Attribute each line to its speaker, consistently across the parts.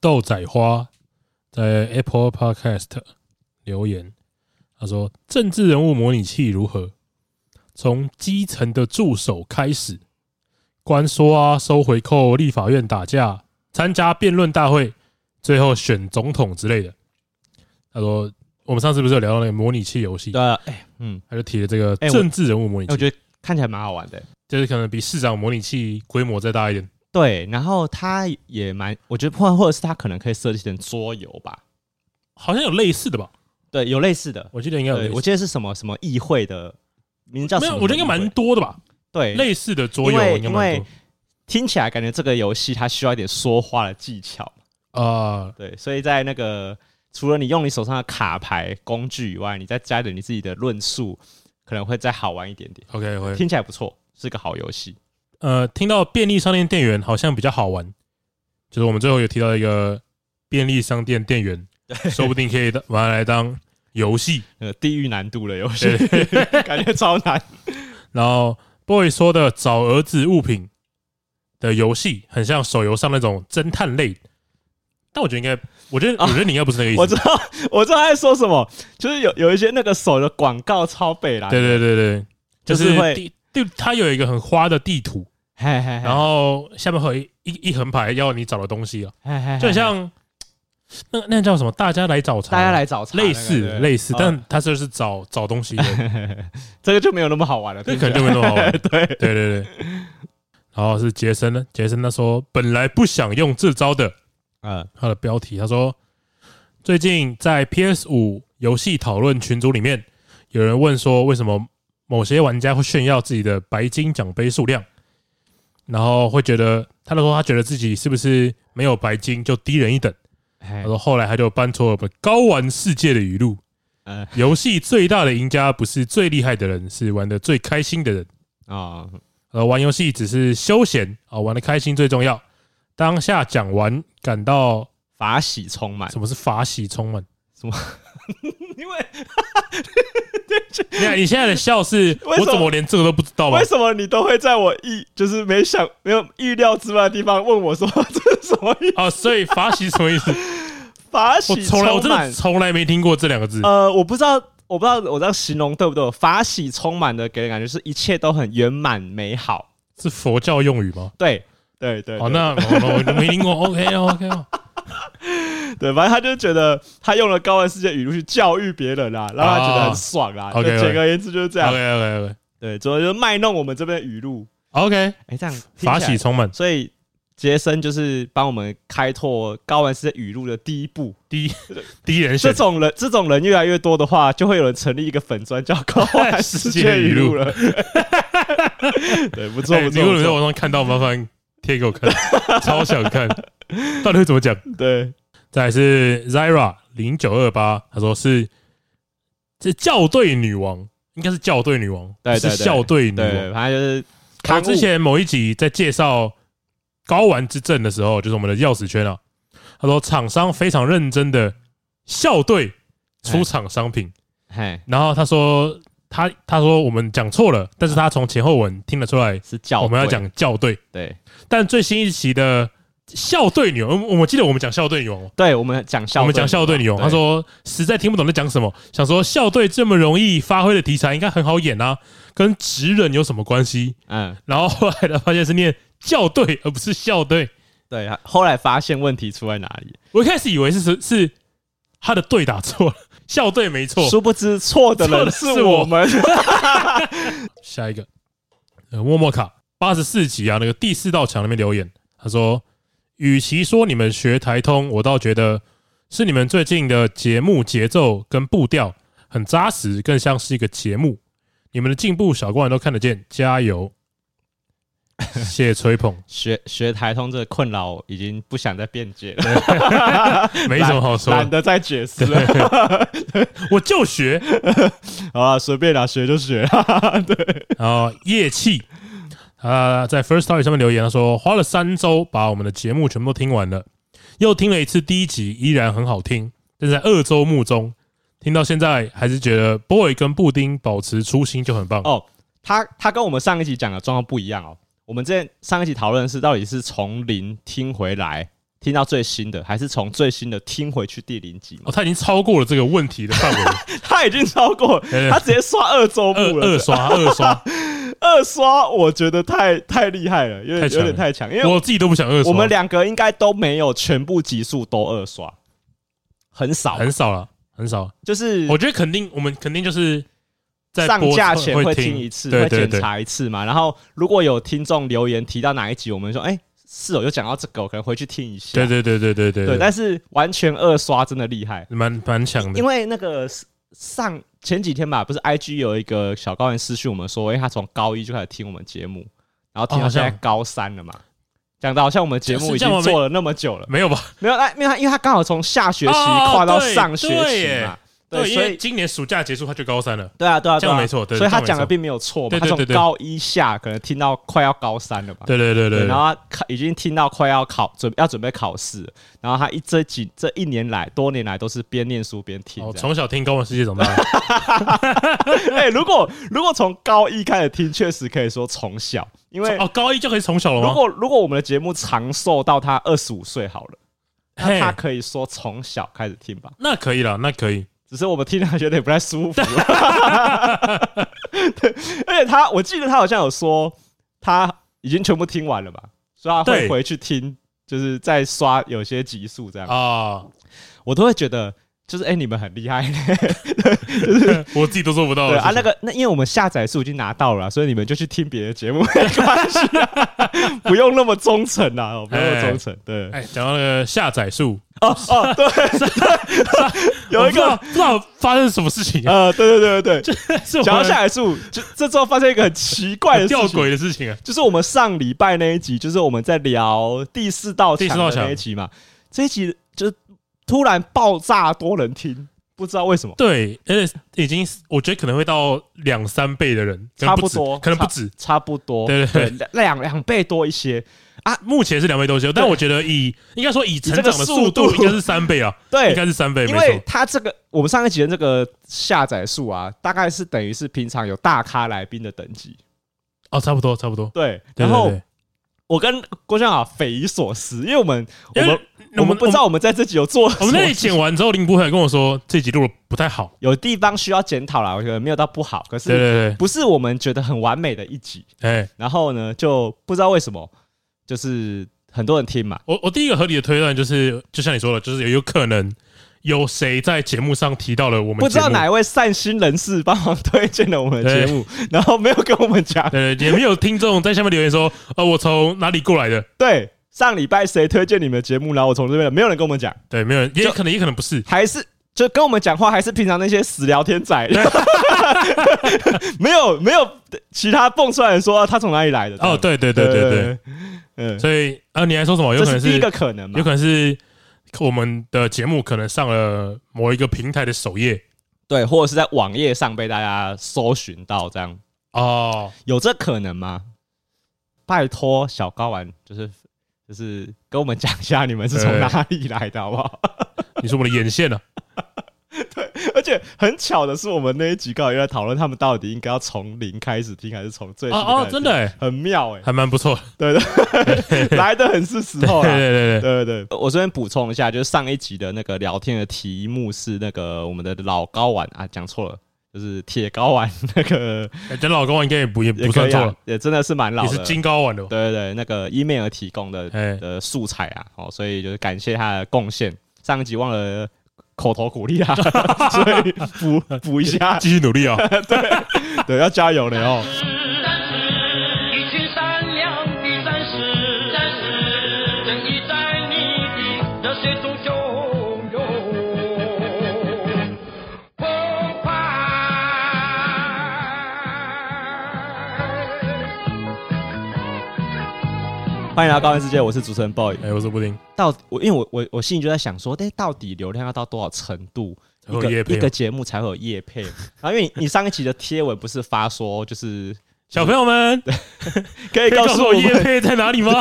Speaker 1: 豆仔花在 Apple Podcast 留言，他说：“政治人物模拟器如何？从基层的助手开始，关说啊，收回扣，立法院打架，参加辩论大会，最后选总统之类的。”他说：“我们上次不是有聊到那个模拟器游戏
Speaker 2: 对？”啊，哎、嗯，
Speaker 1: 他就提了这个
Speaker 2: 哎我
Speaker 1: 政治人物模拟
Speaker 2: 哎我
Speaker 1: 器，
Speaker 2: 觉得看起来蛮好玩的。
Speaker 1: 就是可能比市长模拟器规模再大一点。
Speaker 2: 对，然后它也蛮，我觉得或或者是它可能可以设计成桌游吧。
Speaker 1: 好像有类似的吧？
Speaker 2: 对，有类似的，
Speaker 1: 我记得应该有类
Speaker 2: 对
Speaker 1: 似，
Speaker 2: 我记得是什么什么议会的，名字叫
Speaker 1: 没
Speaker 2: 什
Speaker 1: 有，
Speaker 2: 么？
Speaker 1: 我觉得应该蛮多的吧？
Speaker 2: 对，
Speaker 1: 类似的桌
Speaker 2: 因
Speaker 1: 游
Speaker 2: 为
Speaker 1: 应该蛮
Speaker 2: 因
Speaker 1: 多
Speaker 2: 为。听起来感觉这个游戏它需要一点说话的技巧，
Speaker 1: 啊、
Speaker 2: 对，所以在那个除了你用你手上的卡牌工具以外，你再加点你自己的论述，可能会再好玩一点点。
Speaker 1: o k OK，
Speaker 2: 听起来不错，是个好游戏。
Speaker 1: 呃，听到便利商店店员好像比较好玩，就是我们最后有提到一个便利商店店员，说不定可以当拿来当游戏。
Speaker 2: 那个地狱难度的游戏， 感觉超难。
Speaker 1: 然后 boy 说的找儿子物品的游戏，很像手游上那种侦探类，但我觉得应该，我觉得、
Speaker 2: 啊
Speaker 1: 我觉得你应该不是那个意
Speaker 2: 我
Speaker 1: 思
Speaker 2: 知。道，我知道他在说什么，就是有有一些那个手的广告超北啦，
Speaker 1: 对对对对，就
Speaker 2: 就是会哎
Speaker 1: 地地，它有一个很花的地图，
Speaker 2: 嘿，嘿嘿，
Speaker 1: 然后下面会有一一一横排要你找的东西啊，
Speaker 2: 嘿 嘿嘿
Speaker 1: 就很 像那那叫什么？大家来找茬，
Speaker 2: 大家来找茬那个，
Speaker 1: 类似
Speaker 2: 对
Speaker 1: 类似
Speaker 2: 哦，
Speaker 1: 但他就是找找东 西的，
Speaker 2: 这个就没有那么好玩了，
Speaker 1: 这
Speaker 2: 听起
Speaker 1: 可
Speaker 2: 来
Speaker 1: 能就没那么好玩。对对对对。然后是杰森呢，杰森他说本来不想用这招的，
Speaker 2: 嗯
Speaker 1: 他的标题他说最近在 PS 五游戏讨论群组里面，有人问说为什么某些玩家会炫耀自己的白金奖杯数量，然后会觉得他就说他觉得自己是不是没有白金就低人一等。
Speaker 2: 嘿
Speaker 1: 他说后来他就搬出了高玩世界的语录
Speaker 2: 嗯，
Speaker 1: 游戏最大的赢家不是最厉害的人，是玩的最开心的人。
Speaker 2: 啊，
Speaker 1: 呃，玩游戏只是休闲啊，玩的开心最重要。当下讲完，感到
Speaker 2: 法喜充满，
Speaker 1: 什么是法喜充满？
Speaker 2: 因为
Speaker 1: 你看你现在的笑是，
Speaker 2: 为什么
Speaker 1: 我怎么连这个都不知道吗
Speaker 2: 为？什么你都会在我意就是没想没有预料之外的地方问我说这是什么意思？
Speaker 1: 啊，所以法喜是什么意 思？
Speaker 2: 法
Speaker 1: 我
Speaker 2: 喜
Speaker 1: 从来我
Speaker 2: 充
Speaker 1: 真的
Speaker 2: 满，
Speaker 1: 从来没听过这两个字。
Speaker 2: 呃，我不知道，我不知道我这样形容对不对？法喜充满的给人感觉是一切都很圆满美好，
Speaker 1: 是佛教用语吗？
Speaker 2: 对对对，
Speaker 1: 好，
Speaker 2: 对
Speaker 1: 哦那好那我没听过。OK 哦 OK 哦，
Speaker 2: 对，反正他就觉得他用了高玩世界语录去教育别人啦、让他觉得很爽啦、
Speaker 1: OK，OK
Speaker 2: 就简而言之就是这
Speaker 1: 哦 OK
Speaker 2: 样，
Speaker 1: OK OK
Speaker 2: 对，主要就是卖弄我们这边的语录，
Speaker 1: OK，
Speaker 2: 哎、这样听起来
Speaker 1: 法喜，充满。
Speaker 2: 所以杰森就是帮我们开拓高玩世界语录的第一步。
Speaker 1: 第 一第一人
Speaker 2: 这
Speaker 1: 选，
Speaker 2: 种人，这种人越来越多的话，就会有人成立一个粉砖叫“高玩世界语 录”了。对， 不错
Speaker 1: 哎
Speaker 2: 不
Speaker 1: 你如
Speaker 2: 错
Speaker 1: 果
Speaker 2: 不
Speaker 1: 在
Speaker 2: 错。
Speaker 1: 网上看到，麻烦贴给我 看，超想看，到底会怎么讲？
Speaker 2: 对，
Speaker 1: 再来是 Zira 零九二八，他说是这校队女王，应该是校队女王，
Speaker 2: 对对
Speaker 1: 不
Speaker 2: 对
Speaker 1: 是校队女
Speaker 2: 对，
Speaker 1: 王。
Speaker 2: 反正就
Speaker 1: 我
Speaker 2: 是刊物。
Speaker 1: 之前某一集在介绍睾丸之症的时候，就是我们的钥匙圈啊，他说厂商非常认真的校队出厂商品，
Speaker 2: 哎嘿
Speaker 1: 然后他说他他说我们讲错了，但是他从前后文听得出来，
Speaker 2: 是叫
Speaker 1: 我们要
Speaker 2: 对
Speaker 1: 讲校队。
Speaker 2: 对
Speaker 1: 但最新一期的校队女王，我我记得我们讲校队女王，
Speaker 2: 对，我们讲校啊
Speaker 1: 我们讲校队女王，
Speaker 2: 对
Speaker 1: 她说实在听不懂在讲什么，想说校队这么容易发挥的题材应该很好演啊，跟职人有什么关系？
Speaker 2: 嗯，
Speaker 1: 然后后来呢，发现是念校队而不是校队，
Speaker 2: 对。后来发现问题出在哪里，
Speaker 1: 我一开始以为是是是他的队打错了，校队没错。
Speaker 2: 殊不知错的人
Speaker 1: 错的
Speaker 2: 是
Speaker 1: 是我
Speaker 2: 我们。
Speaker 1: 下一个，呃，默默卡八十四集啊，那个第四道墙那边留言，他说，与其说你们学台通，我倒觉得是你们最近的节目节奏跟步调很扎实，更像是一个节目。你们的进步，小官人都看得见，加油！谢谢吹捧，
Speaker 2: 学学台通这个困扰已经不想再辩解了，
Speaker 1: 没什么好说
Speaker 2: 懒
Speaker 1: 的，
Speaker 2: 得再解释了。
Speaker 1: 我就学。
Speaker 2: 好啊，随便啦，学就学。
Speaker 1: 然后呃夜气，他在 First Story 上面留言，他说花了三周把我们的节目全部都听完了，又听了一次第一集，依然很好听，但是在二周目中听到现在，还是觉得 Boy 跟布丁保持初心就很棒。
Speaker 2: 哦，他他跟我们上一集讲的状况不一样哦。我们之前上一集讨论的是到底是从零听回来，听到最新的，还是从最新的听回去第零集嘛
Speaker 1: 哦，？他已经超过了这个问题的范围了，
Speaker 2: 他已经超 过，
Speaker 1: 对对
Speaker 2: 他直接刷二周目
Speaker 1: 二
Speaker 2: 了
Speaker 1: 二，刷二刷，
Speaker 2: 二刷我觉得太太厉害了，有
Speaker 1: 太
Speaker 2: 点
Speaker 1: 强
Speaker 2: 有
Speaker 1: 了
Speaker 2: 点太强，因为
Speaker 1: 我自己都不想二刷，
Speaker 2: 我们两个应该都没有全部集数都二刷，很少，
Speaker 1: 很少了，很少。
Speaker 2: 就是
Speaker 1: 我觉得肯定，我们肯定就是在
Speaker 2: 上
Speaker 1: 播
Speaker 2: 架
Speaker 1: 出
Speaker 2: 前
Speaker 1: 会
Speaker 2: 听一次，
Speaker 1: 对
Speaker 2: 会
Speaker 1: 对
Speaker 2: 检
Speaker 1: 对，
Speaker 2: 查一次嘛。然后如果有听众留言提到哪一集，我们说，哎，是哦，有讲到这个，我可能回去听一下。
Speaker 1: 对对对对对对嗯
Speaker 2: 对，但是完全二刷真的厉害，
Speaker 1: 蛮蛮强的
Speaker 2: 因，为那个上前几天吧，不是 IG 有一个小高人私讯我们说，哎，他从高一就开始听我们节目，然后听
Speaker 1: 哦好
Speaker 2: 到现在
Speaker 1: 像
Speaker 2: 高三了嘛。讲的好像我们节
Speaker 1: 是
Speaker 2: 目
Speaker 1: 这
Speaker 2: 已经
Speaker 1: 样吗没
Speaker 2: 做了那么久了，
Speaker 1: 没有吧？
Speaker 2: 没有，哎，没有，因为他刚好从下学期
Speaker 1: 哦
Speaker 2: 跨到
Speaker 1: 对
Speaker 2: 上学
Speaker 1: 对
Speaker 2: 期
Speaker 1: 耶
Speaker 2: 嘛，
Speaker 1: 对，因
Speaker 2: 所
Speaker 1: 为
Speaker 2: 以
Speaker 1: 今年暑假结束他就高三了，
Speaker 2: 对啊，对啊，
Speaker 1: 这
Speaker 2: 对
Speaker 1: 样
Speaker 2: 啊
Speaker 1: 没，错，对，
Speaker 2: 所以他
Speaker 1: 这样
Speaker 2: 讲
Speaker 1: 没错
Speaker 2: 的并没有错嘛，
Speaker 1: 对
Speaker 2: 他
Speaker 1: 对
Speaker 2: 从
Speaker 1: 对对
Speaker 2: 高一下可能听到快要高三了吧，
Speaker 1: 对对对对，
Speaker 2: 对，然后他已经听到快要考准要准备考试了，然后他一这几这一年来多年来都是边念书边听
Speaker 1: 哦，
Speaker 2: 这样，
Speaker 1: 从小听《高玩世界》长大，
Speaker 2: 哎，如果如果从高一开始听，确实可以说从小，因为
Speaker 1: 哦，高一就可以从小了
Speaker 2: 如
Speaker 1: 吗？
Speaker 2: 果如果我们的节目长寿到他二十五岁好了，那
Speaker 1: 嘿
Speaker 2: 他可以说从小开始听吧。
Speaker 1: 那可以了，那可以，
Speaker 2: 只是我们听了觉得也不太 舒服。对，而且他，我记得他好像有说他已经全部听完了吧，所以他会
Speaker 1: 对
Speaker 2: 回去听，就是再刷有些集数这样，
Speaker 1: 啊，
Speaker 2: 我都会觉得。就是哎、你们很厉害，
Speaker 1: 哦我自己都做不到
Speaker 2: 对
Speaker 1: 的
Speaker 2: 啊，
Speaker 1: 事
Speaker 2: 那
Speaker 1: 情。
Speaker 2: 个那因为我们下载数已经拿到了啊、所以你们就去听别的节目没关系啊、不用那么忠诚啊，哦不用那么忠诚，对，
Speaker 1: 哎，讲到那个下载数，
Speaker 2: 哦 哦对，有一
Speaker 1: 我不
Speaker 2: 个
Speaker 1: 知道不知道发生什么事 情啊，
Speaker 2: 呃，对对对对对，
Speaker 1: 是我
Speaker 2: 讲到
Speaker 1: 们
Speaker 2: 下载数，就这之后发现一个很奇怪的
Speaker 1: 很
Speaker 2: 事
Speaker 1: 吊
Speaker 2: 情，
Speaker 1: 诡的事情啊，
Speaker 2: 就是我们上礼拜那一集，就是我们在聊第四道墙
Speaker 1: 第四道
Speaker 2: 的
Speaker 1: 墙
Speaker 2: 那一集嘛，这一集就是突然爆炸多人听，不知道为什么，
Speaker 1: 对，而且已经我觉得可能会到两三倍的人，可能不止
Speaker 2: 差不多
Speaker 1: 可能不止。
Speaker 2: 差不多，
Speaker 1: 对对
Speaker 2: 对，两两倍多一些，
Speaker 1: 目前是两倍多些，但我觉得以应该说以成长的速
Speaker 2: 以这个速
Speaker 1: 度
Speaker 2: 度
Speaker 1: 应该是三倍啊，应
Speaker 2: 对。
Speaker 1: 该是三倍，没
Speaker 2: 因为
Speaker 1: 错。
Speaker 2: 它这个我们上一集的这个下载数啊，大概是等于是平常有大咖来宾的等级。
Speaker 1: 哦，差不多，差不多。
Speaker 2: 对，
Speaker 1: 对
Speaker 2: 然
Speaker 1: 对
Speaker 2: 后
Speaker 1: 对
Speaker 2: 我跟郭襄啊匪夷所思，因为我们我
Speaker 1: 因为
Speaker 2: 们我们不知道我们在这集有做
Speaker 1: 我们那里
Speaker 2: 什么
Speaker 1: 剪完之后，林博海跟我说这集录的不太好。
Speaker 2: 有地方需要检讨啦，我觉得没有到不好，
Speaker 1: 对
Speaker 2: 可是
Speaker 1: 对
Speaker 2: 不是我们觉得很完美的一集。
Speaker 1: 对，哎，
Speaker 2: 然后呢，就不知道为什么，就是很多人听嘛，
Speaker 1: 我我第一个合理的推断就是，就像你说的，就是有有可能有谁在节目上提到了我们
Speaker 2: 不知
Speaker 1: 节
Speaker 2: 道
Speaker 1: 目
Speaker 2: 哪一位善心人士帮忙推荐了我们的节目， 然后没有跟我们讲。
Speaker 1: 对，对也没有听众在下面留言说， 呃，我从哪里过来的？
Speaker 2: 对，上礼拜谁推荐你们的节目，然后我从这边没有人跟我们讲，
Speaker 1: 对，没有人，也
Speaker 2: 就
Speaker 1: 可能也可能不是，
Speaker 2: 还是。就跟我们讲话，还是平常那些死聊天仔， 没有没有其他蹦出来说、啊他从哪里来的
Speaker 1: 哦，，对对对对对，，
Speaker 2: 嗯，
Speaker 1: 所以啊，你还说什么？有
Speaker 2: 这
Speaker 1: 可能
Speaker 2: 是第
Speaker 1: 是
Speaker 2: 一个可能嘛
Speaker 1: 有，可能是我们的节目可能上了某一个平台的首页
Speaker 2: 对，或者是在网页上被大家搜寻到这样，
Speaker 1: 哦，
Speaker 2: 有这可能吗？拜托小高玩，就是就是跟我们讲一下你们是从哪里来的好不好？
Speaker 1: 你说我们的眼线啊？
Speaker 2: 而且很巧的是，我们那一集刚好又在讨论他们到底应该要从零开始听，还是从最
Speaker 1: 哦
Speaker 2: 新开始
Speaker 1: 哦，
Speaker 2: 听
Speaker 1: 真的，欸，
Speaker 2: 很妙哎、
Speaker 1: 还蛮不错的。
Speaker 2: 对 对，来的很是时候
Speaker 1: 对
Speaker 2: 啦。
Speaker 1: 对对对，
Speaker 2: 对对对，我这边补充一下，就是上一集的那个聊天的题目是那个我们的老高玩啊，讲错了，就是铁高玩那个
Speaker 1: 哎人老高玩应该也不也
Speaker 2: 也
Speaker 1: 不
Speaker 2: 可
Speaker 1: 算
Speaker 2: 以
Speaker 1: 错
Speaker 2: 啊
Speaker 1: 了，，
Speaker 2: 也真的是蛮老
Speaker 1: 也
Speaker 2: 的，
Speaker 1: 是金高玩的吧？
Speaker 2: 对对对，那个 email 提供的
Speaker 1: 哎，
Speaker 2: 的素材啊，哦，所以就是感谢他的贡献。上一集忘了口头鼓励啊， 所以补 补一下，
Speaker 1: 继续努力啊！
Speaker 2: 对，要加油了哦。
Speaker 3: 一群善良的战士，战士，正义在你的热血中汹涌澎湃。
Speaker 2: 欢迎来到高玩世界，我是主持人 boy。
Speaker 1: 哎，我是布丁，
Speaker 2: 到我因为我我我心里就在想说，哎，到底流量要到多少程度，
Speaker 1: 才
Speaker 2: 一
Speaker 1: 会有
Speaker 2: 个
Speaker 1: 业配啊
Speaker 2: 一个节目才会有业配？然后因为你你上一集的贴文不是发说，就是
Speaker 1: 小朋友们，
Speaker 2: 可
Speaker 1: 可
Speaker 2: 以
Speaker 1: 以
Speaker 2: 告
Speaker 1: 告
Speaker 2: 诉
Speaker 1: 诉
Speaker 2: 我
Speaker 1: 我
Speaker 2: 们
Speaker 1: 叶配在哪里 吗？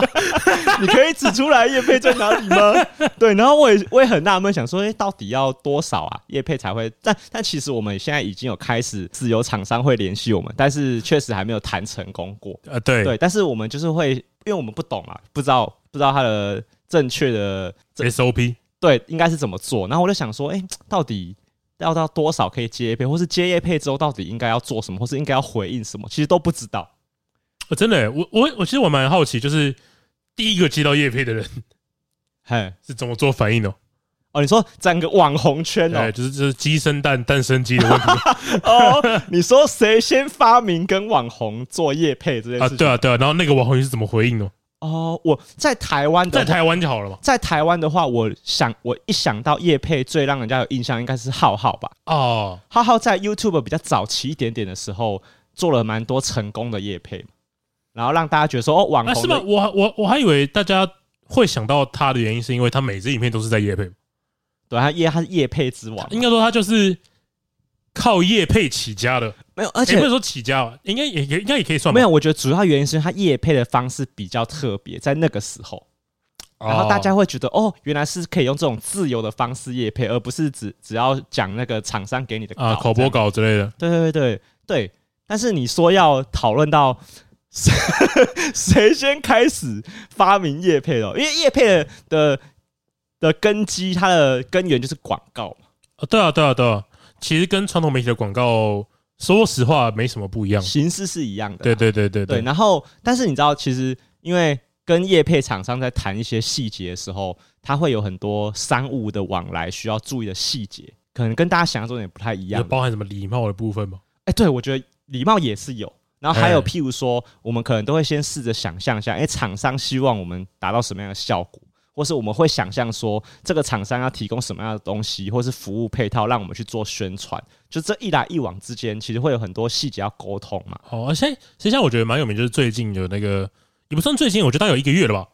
Speaker 2: 你可以指出来叶配在哪里吗？ 对，然后我也我也很纳闷，想说，哎、到底要多少啊？叶配才会？但但其实我们现在已经有开始自由厂商会联系我们，但是确实还没有谈成功过。
Speaker 1: 啊，对
Speaker 2: 啊对，但是我们就是会，因为我们不懂嘛，不知道不知道他的正确的
Speaker 1: SOP
Speaker 2: 对应该是怎么做。然后我就想说，哎、到底要到多少可以接业配，或是接业配之后到底应该要做什么，或是应该要回应什么，其实都不知道。
Speaker 1: 呃，真的欸、我我我其实我蛮好奇，就是第一个接到叶配的人
Speaker 2: 嘿，
Speaker 1: 是怎么做反应的、
Speaker 2: 哦，你说整个网红圈
Speaker 1: 哎，
Speaker 2: 哦，
Speaker 1: 就是就是鸡生蛋，蛋生鸡的 问题
Speaker 2: 哦， 你说谁先发明跟网红做业配这件
Speaker 1: 啊，
Speaker 2: 事情？
Speaker 1: 对啊，对啊。然后那个网红是怎么回应的？
Speaker 2: 哦，我在台湾的
Speaker 1: 在台湾就好了嘛。
Speaker 2: 在台湾的话，我想我一想到叶配最让人家有印象应该是浩浩吧。
Speaker 1: 哦，
Speaker 2: 浩浩在 YouTube 比较早期一点点的时候，做了蛮多成功的叶配嘛，然后让大家觉得说哦，网
Speaker 1: 啊，
Speaker 2: 红
Speaker 1: 是
Speaker 2: 的、
Speaker 1: 吗？我我我还以为大家会想到他的原因，是因为他每支影片都是在叶配，
Speaker 2: 对他叶他是叶配之王嘛，
Speaker 1: 应该说他就是靠叶配起家的，
Speaker 2: 没有，而
Speaker 1: 而
Speaker 2: 且
Speaker 1: 不是说起家吧，应该也也应该也可以算吧
Speaker 2: 没有，我觉得主要原因是他叶配的方式比较特别，在那个时候。然后大家会觉得哦，原来是可以用这种自由的方式业配，而不是只只要讲那个厂商给你的
Speaker 1: 啊
Speaker 2: 稿
Speaker 1: 口
Speaker 2: 这
Speaker 1: 播
Speaker 2: 样。
Speaker 1: 稿之类的，
Speaker 2: 对对对对对。但是你说要讨论到 谁谁先开始发明业配的哦，因为业配的的的根基，它的根源就是广告嘛，
Speaker 1: 啊，对啊，对啊，对啊，其实跟传统媒体的广告，说实话没什么不一样。
Speaker 2: 形式是一样的啊。
Speaker 1: 嗯对对对对
Speaker 2: 对，然后但是你知道，其实因为跟业配厂商在谈一些细节的时候，他会有很多商务的往来需要注意的细节，可能跟大家想象中也不太一
Speaker 1: 有
Speaker 2: 样。
Speaker 1: 包含什么礼貌的部分吗？
Speaker 2: 哎、对我觉得礼貌也是有，然后还有
Speaker 1: 哎
Speaker 2: 譬如说，我们可能都会先试着想象一下，哎、厂商希望我们达到什么样的效果。或是我们会想象说，这个厂商要提供什么样的东西，或是服务配套，让我们去做宣传。就这一来一往之间，其实会有很多细节要沟通嘛。
Speaker 1: 哦，而且其实像我觉得蛮有名，就是最近有那个，也不算最近，我觉得大概有一个月了吧。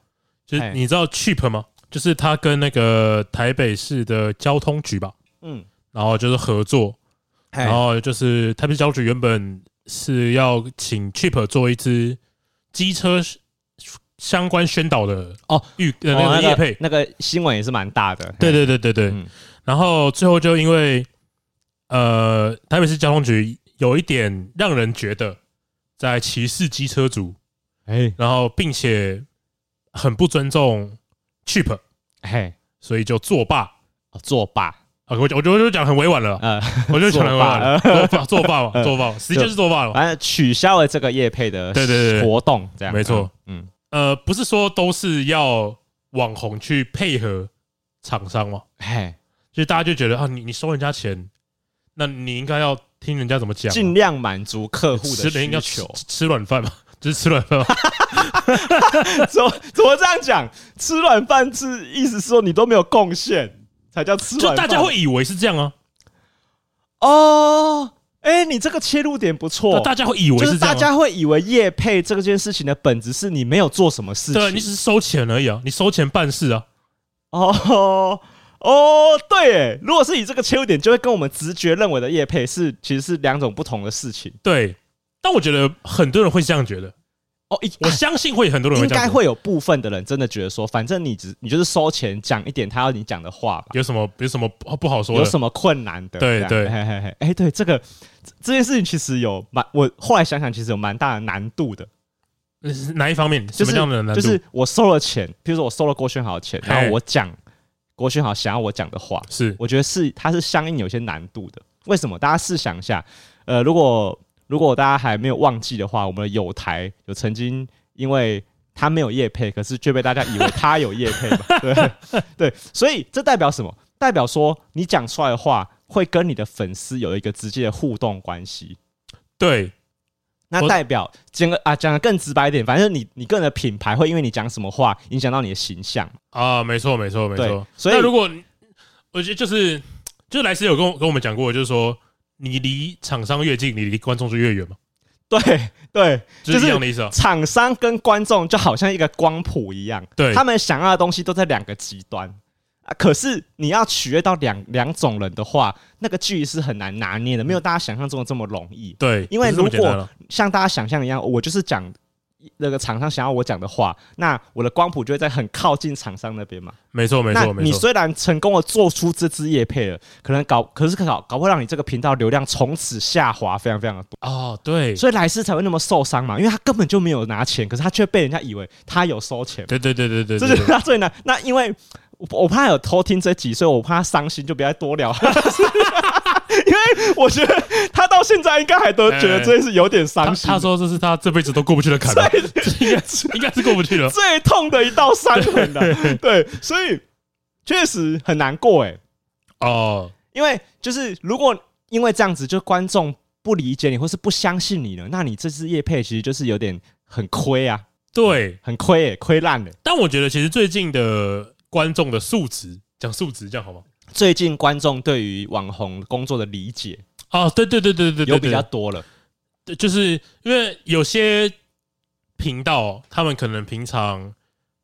Speaker 1: 就是
Speaker 2: 哎
Speaker 1: 你知道 Cheap 吗？就是他跟那个台北市的交通局吧，
Speaker 2: 嗯，
Speaker 1: 然后就是合作，然
Speaker 2: 哎
Speaker 1: 后就是台北市交通局原本是要请 Cheap 做一支机车相关宣导的
Speaker 2: 哦
Speaker 1: 预呃那个业配，
Speaker 2: 那个新闻也是蛮大的。
Speaker 1: 对对
Speaker 2: 嘿，
Speaker 1: 对对对，
Speaker 2: 嗯
Speaker 1: 然后最后就因为呃台北市交通局有一点让人觉得在歧视机车族，
Speaker 2: 哎
Speaker 1: 然后并且很不尊重 Cheap，
Speaker 2: 嘿，
Speaker 1: 所以就作罢。
Speaker 2: 哦作罢，
Speaker 1: 啊，我就我就我就讲很委婉了啦，
Speaker 2: 呃，
Speaker 1: 我就讲得很委婉了，作罢作 罢嘛，
Speaker 2: 嗯
Speaker 1: 作罢嘛，实际就是作罢嘛。
Speaker 2: 反正取消了这个业配的
Speaker 1: 哦对对对对
Speaker 2: 活动，这样
Speaker 1: 没错。
Speaker 2: 嗯，
Speaker 1: 呃，不是说都是要网红去配合厂商嘛，
Speaker 2: 嗯嘿，
Speaker 1: 就是大家就觉得啊，你你收人家钱，那你应该要听人家怎么讲嘛，啊
Speaker 2: 尽量满足客户
Speaker 1: 吃
Speaker 2: 的
Speaker 1: 人应
Speaker 2: 需
Speaker 1: 该吃
Speaker 2: 求。
Speaker 1: 吃软饭嘛，就是吃软饭嘛。
Speaker 2: 怎么怎么这样讲？吃软饭是意思是说你都没有贡献，才叫吃
Speaker 1: 就
Speaker 2: 软饭。
Speaker 1: 大家会以为是这样啊，
Speaker 2: 哦，哎，你这个切入点不错。
Speaker 1: 大家会以为
Speaker 2: 哦就是
Speaker 1: 这
Speaker 2: 大
Speaker 1: 样、啊。
Speaker 2: 家会以为业配这件事情的本质是你没有做什么事情，
Speaker 1: 对，你只是收钱而已啊，你收钱办事啊，
Speaker 2: 哦哦，对耶，如果是以这个切入点，就会跟我们直觉认为的业配是其实是两种不同的事情。
Speaker 1: 对。但我觉得很多人会这样觉得，
Speaker 2: 哦，一啊
Speaker 1: 我相信会很多人
Speaker 2: 应
Speaker 1: 会这样
Speaker 2: 该
Speaker 1: 觉得。
Speaker 2: 会有部分的人真的觉得说，反正你只你就是收钱讲一点他要你讲的话吧，
Speaker 1: 有什么有什么不不好说
Speaker 2: 有
Speaker 1: 的？
Speaker 2: 什么困难的？
Speaker 1: 对
Speaker 2: 这样
Speaker 1: 对
Speaker 2: 嘿嘿嘿，哎，对这个这这件事情其实有蛮，我后来想想其实有蛮大的难度的，
Speaker 1: 呃是哪一方面？
Speaker 2: 就
Speaker 1: 什
Speaker 2: 是
Speaker 1: 么样的难度？
Speaker 2: 就是我收了钱，比如说我收了郭轩豪的钱，
Speaker 1: 嘿
Speaker 2: 然后我讲郭轩豪想要我讲的话，
Speaker 1: 是
Speaker 2: 我觉得是它是相应有些难度的。为什么？大家试想一下，呃，如果如果大家还没有忘记的话，我们的友台有曾经因为它没有业配，可是却被大家以为它有业配嘛，对 对，所以这代表什么？代表说你讲出来的话会跟你的粉丝有一个直接的互动关系。
Speaker 1: 对
Speaker 2: 那
Speaker 1: 我
Speaker 2: 代表讲个啊，讲的更直白一点，反正你你个人的品牌会因为你讲什么话影响到你的形象。
Speaker 1: 啊，没错没错没
Speaker 2: 对
Speaker 1: 错。
Speaker 2: 所以
Speaker 1: 那如果我觉得就是就是莱斯有跟我跟我们讲过，就是说你离厂商越近，你离观众就越远嘛，
Speaker 2: 对对，
Speaker 1: 就
Speaker 2: 就是
Speaker 1: 一
Speaker 2: 是
Speaker 1: 样的意思啊。
Speaker 2: 厂商跟观众就好像一个光谱一样，
Speaker 1: 对
Speaker 2: 他们想要的东西都在两个极端啊。可是你要取悦到两两种人的话，那个距离是很难拿捏的，没有大家想象中的这么容易。
Speaker 1: 对，
Speaker 2: 因为
Speaker 1: 不是这么
Speaker 2: 如
Speaker 1: 简单
Speaker 2: 果
Speaker 1: 啊
Speaker 2: 像大家想象一样，我就是讲那个厂商想要我讲的话，那我的光谱就会在很靠近厂商那边嘛。
Speaker 1: 没错没
Speaker 2: 那
Speaker 1: 错没
Speaker 2: 你
Speaker 1: 错，
Speaker 2: 虽然成功的做出这支叶配了，可能搞，可是搞搞不会让你这个频道流量从此下滑非常非常的多，
Speaker 1: 哦对，
Speaker 2: 所以莱斯才会那么受伤嘛，因为他根本就没有拿钱，可是他却被人家以为他有收钱，
Speaker 1: 对对对对对，
Speaker 2: 这
Speaker 1: 对
Speaker 2: 就是他最难。那因为我我怕他有偷听这集，所以我怕他伤心，就不要再多聊。 因为我觉得他到现在应该还都觉得这件事有点
Speaker 1: 哎他
Speaker 2: 伤心
Speaker 1: 他，说这是他这辈子都过不去的坎吧，应该是应该是过不去了。
Speaker 2: 最痛的一道伤痕的，对，所以确实很难过哎、
Speaker 1: 哦，
Speaker 2: 因为就是如果因为这样子，就观众不理解你或是不相信你了，那你这支叶配其实就是有点很亏啊，
Speaker 1: 对，
Speaker 2: 很亏哎、亏烂了。
Speaker 1: 但我觉得其实最近的观众的素质，讲素质这样好吗？
Speaker 2: 最近观众对于网红工作的理解
Speaker 1: 哦，对对对对对对，
Speaker 2: 有比较
Speaker 1: 对
Speaker 2: 多了，
Speaker 1: 对就是因为有些频道他们可能平常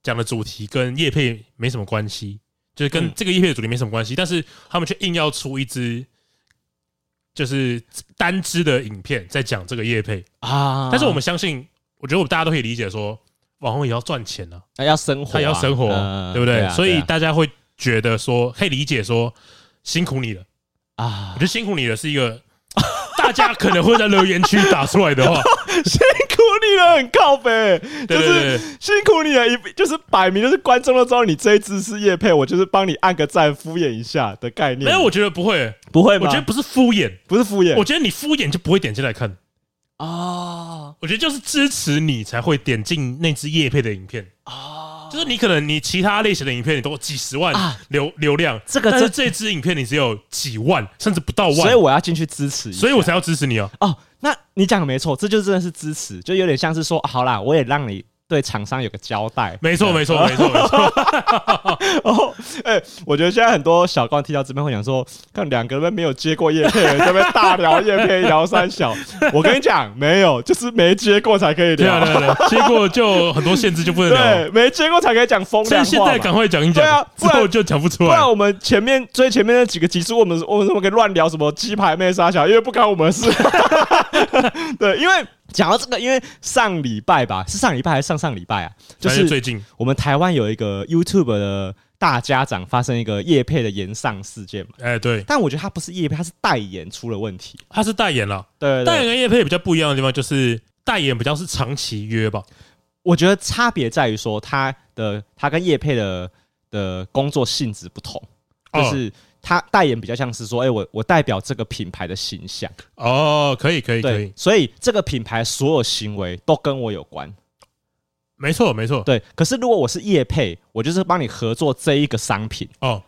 Speaker 1: 讲的主题跟叶配没什么关系，就是跟
Speaker 2: 嗯
Speaker 1: 这个叶配的主题没什么关系，但是他们却硬要出一支就是单支的影片在讲这个叶配，
Speaker 2: 啊
Speaker 1: 但是我们相信，我觉得我们大家都可以理解说，网红也要赚钱啊，
Speaker 2: 要生活、啊，
Speaker 1: 他也要生活啊，
Speaker 2: 嗯
Speaker 1: 对不对？
Speaker 2: 啊
Speaker 1: 所以
Speaker 2: 对
Speaker 1: 大家会觉得说，可以理解说，辛苦你了。
Speaker 2: 啊
Speaker 1: 我
Speaker 2: 啊
Speaker 1: 觉，得辛苦你了是一个大家可能会在留言区打出来的 话，
Speaker 2: 辛苦你了，很靠北、就
Speaker 1: 对对对
Speaker 2: 是
Speaker 1: 对
Speaker 2: 辛苦你了，一就是摆明就是观众都知道你这一支是叶配，我就是帮你按个赞敷衍一下的概念。
Speaker 1: 没有，我觉得不会，
Speaker 2: 不会
Speaker 1: 我
Speaker 2: 吗？
Speaker 1: 觉得不是敷衍，
Speaker 2: 不是敷衍，
Speaker 1: 我觉得你敷衍就不会点进来看，
Speaker 2: 啊
Speaker 1: 我觉得就是支持你才会点进那支叶配的影片。
Speaker 2: 啊，
Speaker 1: 就是你可能你其他类型的影片你都几十万
Speaker 2: 啊
Speaker 1: 流流量，
Speaker 2: 这个
Speaker 1: 但是
Speaker 2: 真
Speaker 1: 这支影片你只有几万甚至不到万，
Speaker 2: 所以我要进去支持一下，
Speaker 1: 所以我才要支持你哦。
Speaker 2: 哦，那你讲的没错，这就真的是支持，就有点像是说，啊好啦，我也让你对厂商有个交代。
Speaker 1: 没错，没
Speaker 2: 啊
Speaker 1: 错，没错，没 错。
Speaker 2: 哦，哎、我觉得现在很多小光听到这边会讲说，看两个人没有接过叶配，这边大聊叶配聊三小，我跟你讲，没有，就是没接过才可以
Speaker 1: 对啊，
Speaker 2: 聊，
Speaker 1: 对啊，对啊结果就很多限制就不能聊
Speaker 2: 对
Speaker 1: 了，，
Speaker 2: 没接过才可以讲风
Speaker 1: 所
Speaker 2: 凉
Speaker 1: 以
Speaker 2: 话
Speaker 1: 现在
Speaker 2: 嘛
Speaker 1: 赶快讲一
Speaker 2: 对啊
Speaker 1: 讲，
Speaker 2: 不
Speaker 1: 之
Speaker 2: 然
Speaker 1: 后就讲不出
Speaker 2: 不
Speaker 1: 来
Speaker 2: 然。我们前面最前面那几个集数，我们我们怎么可以乱聊什么鸡排妹杀小？因为不干我们的 事。对，因为讲到这个，因为上礼拜吧，是上礼拜还是上上礼拜啊？就
Speaker 1: 反正最
Speaker 2: 是
Speaker 1: 近
Speaker 2: 我们台湾有一个 YouTube 的大家长发生一个叶配的延上事件嘛。
Speaker 1: 哎，对，
Speaker 2: 但我觉得他不是叶配，他是代言出了问题。
Speaker 1: 他是代言了，
Speaker 2: 对对
Speaker 1: 代言
Speaker 2: 对，
Speaker 1: 跟叶配比较不一样的地方就是代言比较是长期约吧，
Speaker 2: 我觉得差别在于说他的他跟叶配的的工作性质不同，就
Speaker 1: 哦
Speaker 2: 是他代言比较像是说，哎、我我代表这个品牌的形象。
Speaker 1: 哦，可以，可以，可
Speaker 2: 对
Speaker 1: 以，，
Speaker 2: 所以这个品牌所有行为都跟我有
Speaker 1: 嗯
Speaker 2: 关。
Speaker 1: 没错，没错，
Speaker 2: 对，可是如果我是业配，我就是帮你合作这一个商品，
Speaker 1: 哦，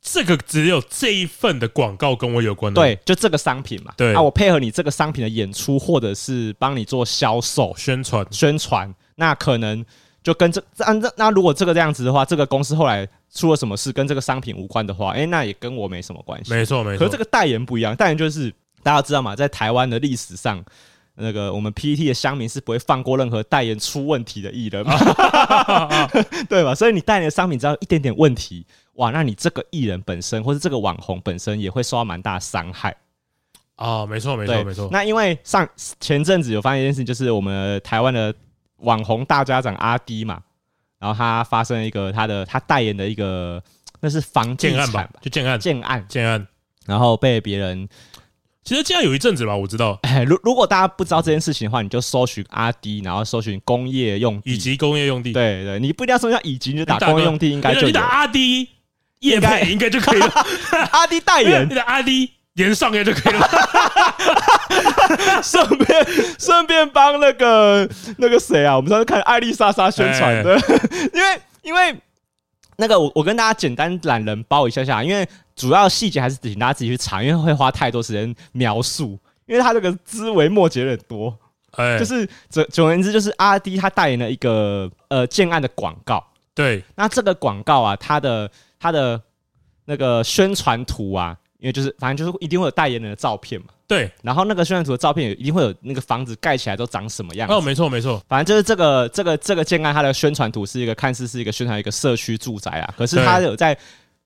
Speaker 1: 这个只有这一份的广告跟我有关的，
Speaker 2: 对，就这个商品嘛。
Speaker 1: 嗯对
Speaker 2: 啊，我配合你这个商品的演出，或者是帮你做销售
Speaker 1: 宣传，
Speaker 2: 宣传，那可能就跟这这按这那如果这个这样子的话，这个公司后来出了什么事跟这个商品无关的话，哎、那也跟我没什么关系。
Speaker 1: 没错，没错
Speaker 2: 可是这，个代言不一样，代言就是大家知道嘛，在台湾的历史上，那个我们 PPT 的乡民是不会放过任何代言出问题的艺 人嘛，对吧？所以你代言的商品只要有一点点问题，哇，那你这个艺人本身或是这个网红本身也会受到蛮大的伤害。
Speaker 1: 啊，没错，没错，
Speaker 2: 对
Speaker 1: 没错，
Speaker 2: 那因为上前阵子有发现一件事情，就是我们台湾的网红大家长阿迪嘛，然后他发生了一个他的他代言的一个那是房地
Speaker 1: 建案
Speaker 2: 产
Speaker 1: 吧，就建案，
Speaker 2: 建案，
Speaker 1: 建案。
Speaker 2: 然后被别人
Speaker 1: 其实建案有一阵子吧，我知道，
Speaker 2: 哎，如如果大家不知道这件事情的话，你就搜寻阿迪，然后搜寻工业用地。
Speaker 1: 以及工业用地，
Speaker 2: 对对，你不一定要搜寻到以及，你就打
Speaker 1: 大哥
Speaker 2: 工业用地应该就
Speaker 1: 你
Speaker 2: 有
Speaker 1: 打。啊阿 D 叶
Speaker 2: 该
Speaker 1: 配应该就可以了，
Speaker 2: 阿迪代 言
Speaker 1: 你，打阿 D 延上也就可以 了。
Speaker 2: 顺便顺便帮那个那个谁啊，我们上次看艾丽莎莎宣传的， 因为因为那个我我跟大家简单懒人包一下下，因为主要细节还是请大家自己去查，因为会花太多时间描述，因为他这个枝微末节有点多。
Speaker 1: 哎，
Speaker 2: 就是总总而言之，就是阿迪他代言了一个呃建案的广告。
Speaker 1: 对，
Speaker 2: 那这个广告啊，它的它的那个宣传图啊，因为就是反正就是一定会有代言人的照片嘛，
Speaker 1: 对，
Speaker 2: 然后那个宣传图的照片也一定会有那个房子盖起来都长什么样子。
Speaker 1: 哦，没错，没错，
Speaker 2: 反正就是这个这个这个建案，它的宣传图是一个看似是一个宣传一个社区住宅啊，可是它
Speaker 1: 对
Speaker 2: 有在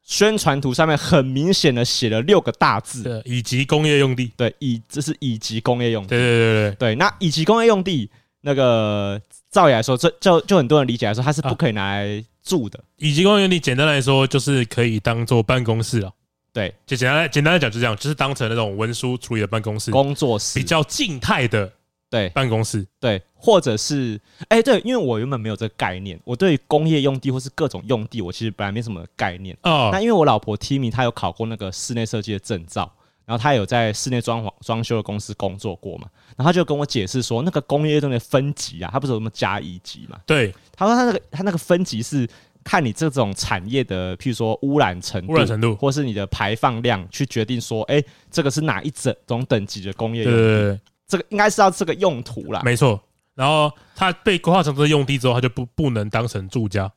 Speaker 2: 宣传图上面很明显的写了六个大字，
Speaker 1: 对，以及工业用地，
Speaker 2: 对，以这是以及工业用地，
Speaker 1: 对对对对
Speaker 2: 对，那以及工业用地那个照理来说，这就就很多人理解来说，它是
Speaker 1: 啊
Speaker 2: 不可以拿来住的。
Speaker 1: 以及公园里简单来说，就是可以当做办公室啊。
Speaker 2: 对，
Speaker 1: 就简单来简单来讲，就这样，就是当成那种文书处理的办公室，
Speaker 2: 工作室
Speaker 1: 比较静态的
Speaker 2: 对
Speaker 1: 办公室。
Speaker 2: 对，或者是哎、对，因为我原本没有这个概念，我对于工业用地或是各种用地，我其实本来没什么概念。
Speaker 1: 哦
Speaker 2: 那因为我老婆 Timmy 她有考过那个室内设计的证照，然后她有在室内装潢装修的公司工作过嘛，然后她就跟我解释说，那个工业用的分级啊，它不是有什么甲乙级嘛？
Speaker 1: 对，
Speaker 2: 她说她那个她那个分级是看你这种产业的，譬如说污染程度，
Speaker 1: 污染程度
Speaker 2: 或是你的排放量去决定说，哎、这个是哪一整种等级的工业
Speaker 1: 对
Speaker 2: 用
Speaker 1: 对
Speaker 2: 地，
Speaker 1: 对对，
Speaker 2: 这个应该是要这个用途啦。
Speaker 1: 没错。然后它被规划成这个用地之后，它就不不能当成住家，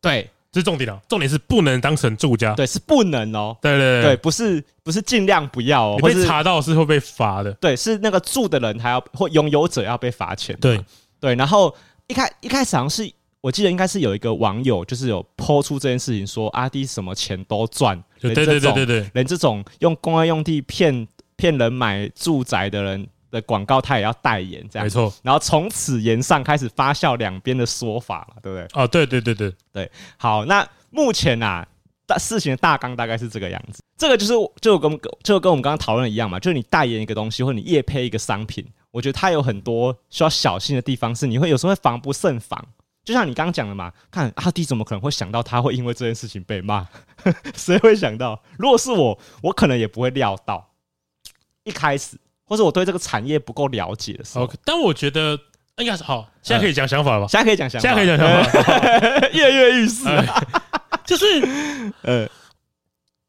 Speaker 2: 对
Speaker 1: 这是重点了。啊重点是不能当成住家。
Speaker 2: 对，是不能哦、
Speaker 1: 对对
Speaker 2: 对，，不是不是尽量不要哦、
Speaker 1: 你
Speaker 2: 或
Speaker 1: 被
Speaker 2: 是
Speaker 1: 查到是会被罚的。
Speaker 2: 对，是那个住的人还要或拥有者要被罚钱嘛。
Speaker 1: 对
Speaker 2: 对，然后一开一开始好像是我记得应该是有一个网友就是有抛出这件事情说阿弟什么钱都赚，
Speaker 1: 对
Speaker 2: 连
Speaker 1: 对
Speaker 2: 这
Speaker 1: 对对
Speaker 2: 种
Speaker 1: 对对，
Speaker 2: 连这种用公安用地骗骗人买住宅的人的广告他也要代言这样
Speaker 1: 没。错。
Speaker 2: 然后从此言上开始发酵两边的说法了，对不对？
Speaker 1: 哦，对对对对，
Speaker 2: 好，那目前啊，大事情的大纲大概是这个样子。这个就是就跟我们就跟我们刚刚讨论的一样嘛，就是你代言一个东西或者你业配一个商品，我觉得它有很多需要小心的地方，是你会有时候会防不胜防。就像你刚刚讲的嘛，看阿弟怎么可能会想到他会因为这件事情被骂？ 谁会想到？如果是我，我可能也不会料到。一开始，或者我对这个产业不够了解的时候
Speaker 1: OK。但我觉得应该是好，现在可以讲想法了吧？
Speaker 2: 现在可以嗯讲想
Speaker 1: 现
Speaker 2: 法，
Speaker 1: 在可以讲想法了吧，
Speaker 2: 呃 跃跃欲试。
Speaker 1: 哎就是
Speaker 2: 呃，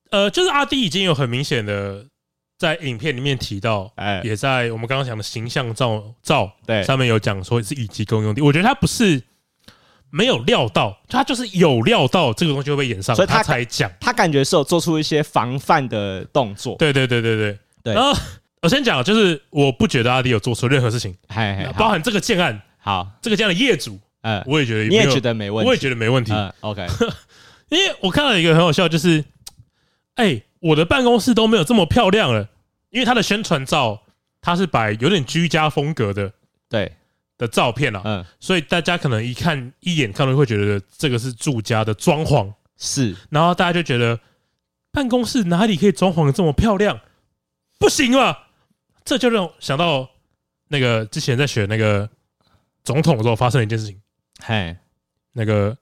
Speaker 1: 呃，就是阿弟已经有很明显的在影片里面提到，
Speaker 2: 哎，
Speaker 1: 也在我们刚刚讲的形象照照
Speaker 2: 对
Speaker 1: 上面有讲说是以及公用地，我觉得他不是没有料到，他就是有料到这个东西会被演上，
Speaker 2: 所以他
Speaker 1: 他才讲。
Speaker 2: 他感觉是有做出一些防范的动作。
Speaker 1: 对对对对对
Speaker 2: 对
Speaker 1: 然后我先讲，就是我不觉得阿弟有做错任何事情，
Speaker 2: 嘿嘿，
Speaker 1: 包
Speaker 2: 哎好，
Speaker 1: 含这个建案，
Speaker 2: 好，
Speaker 1: 这个这样的业主，
Speaker 2: 呃，
Speaker 1: 我也觉得
Speaker 2: 你也
Speaker 1: 没有
Speaker 2: 觉得没问题，
Speaker 1: 我也觉得没问题，
Speaker 2: 嗯，OK，
Speaker 1: 因为我看到一个很好笑，就是，哎，我的办公室都没有这么漂亮了，因为他的宣传照他是摆有点居家风格的
Speaker 2: 对，
Speaker 1: 的照片啊，
Speaker 2: 嗯，
Speaker 1: 所以大家可能一看一眼看到会觉得这个是住家的装潢，
Speaker 2: 是，
Speaker 1: 然后大家就觉得办公室哪里可以装潢的这么漂亮？不行吧？这就让我想到那个之前在选那个总统的时候发生了一件事情，
Speaker 2: 嘿，
Speaker 1: 那个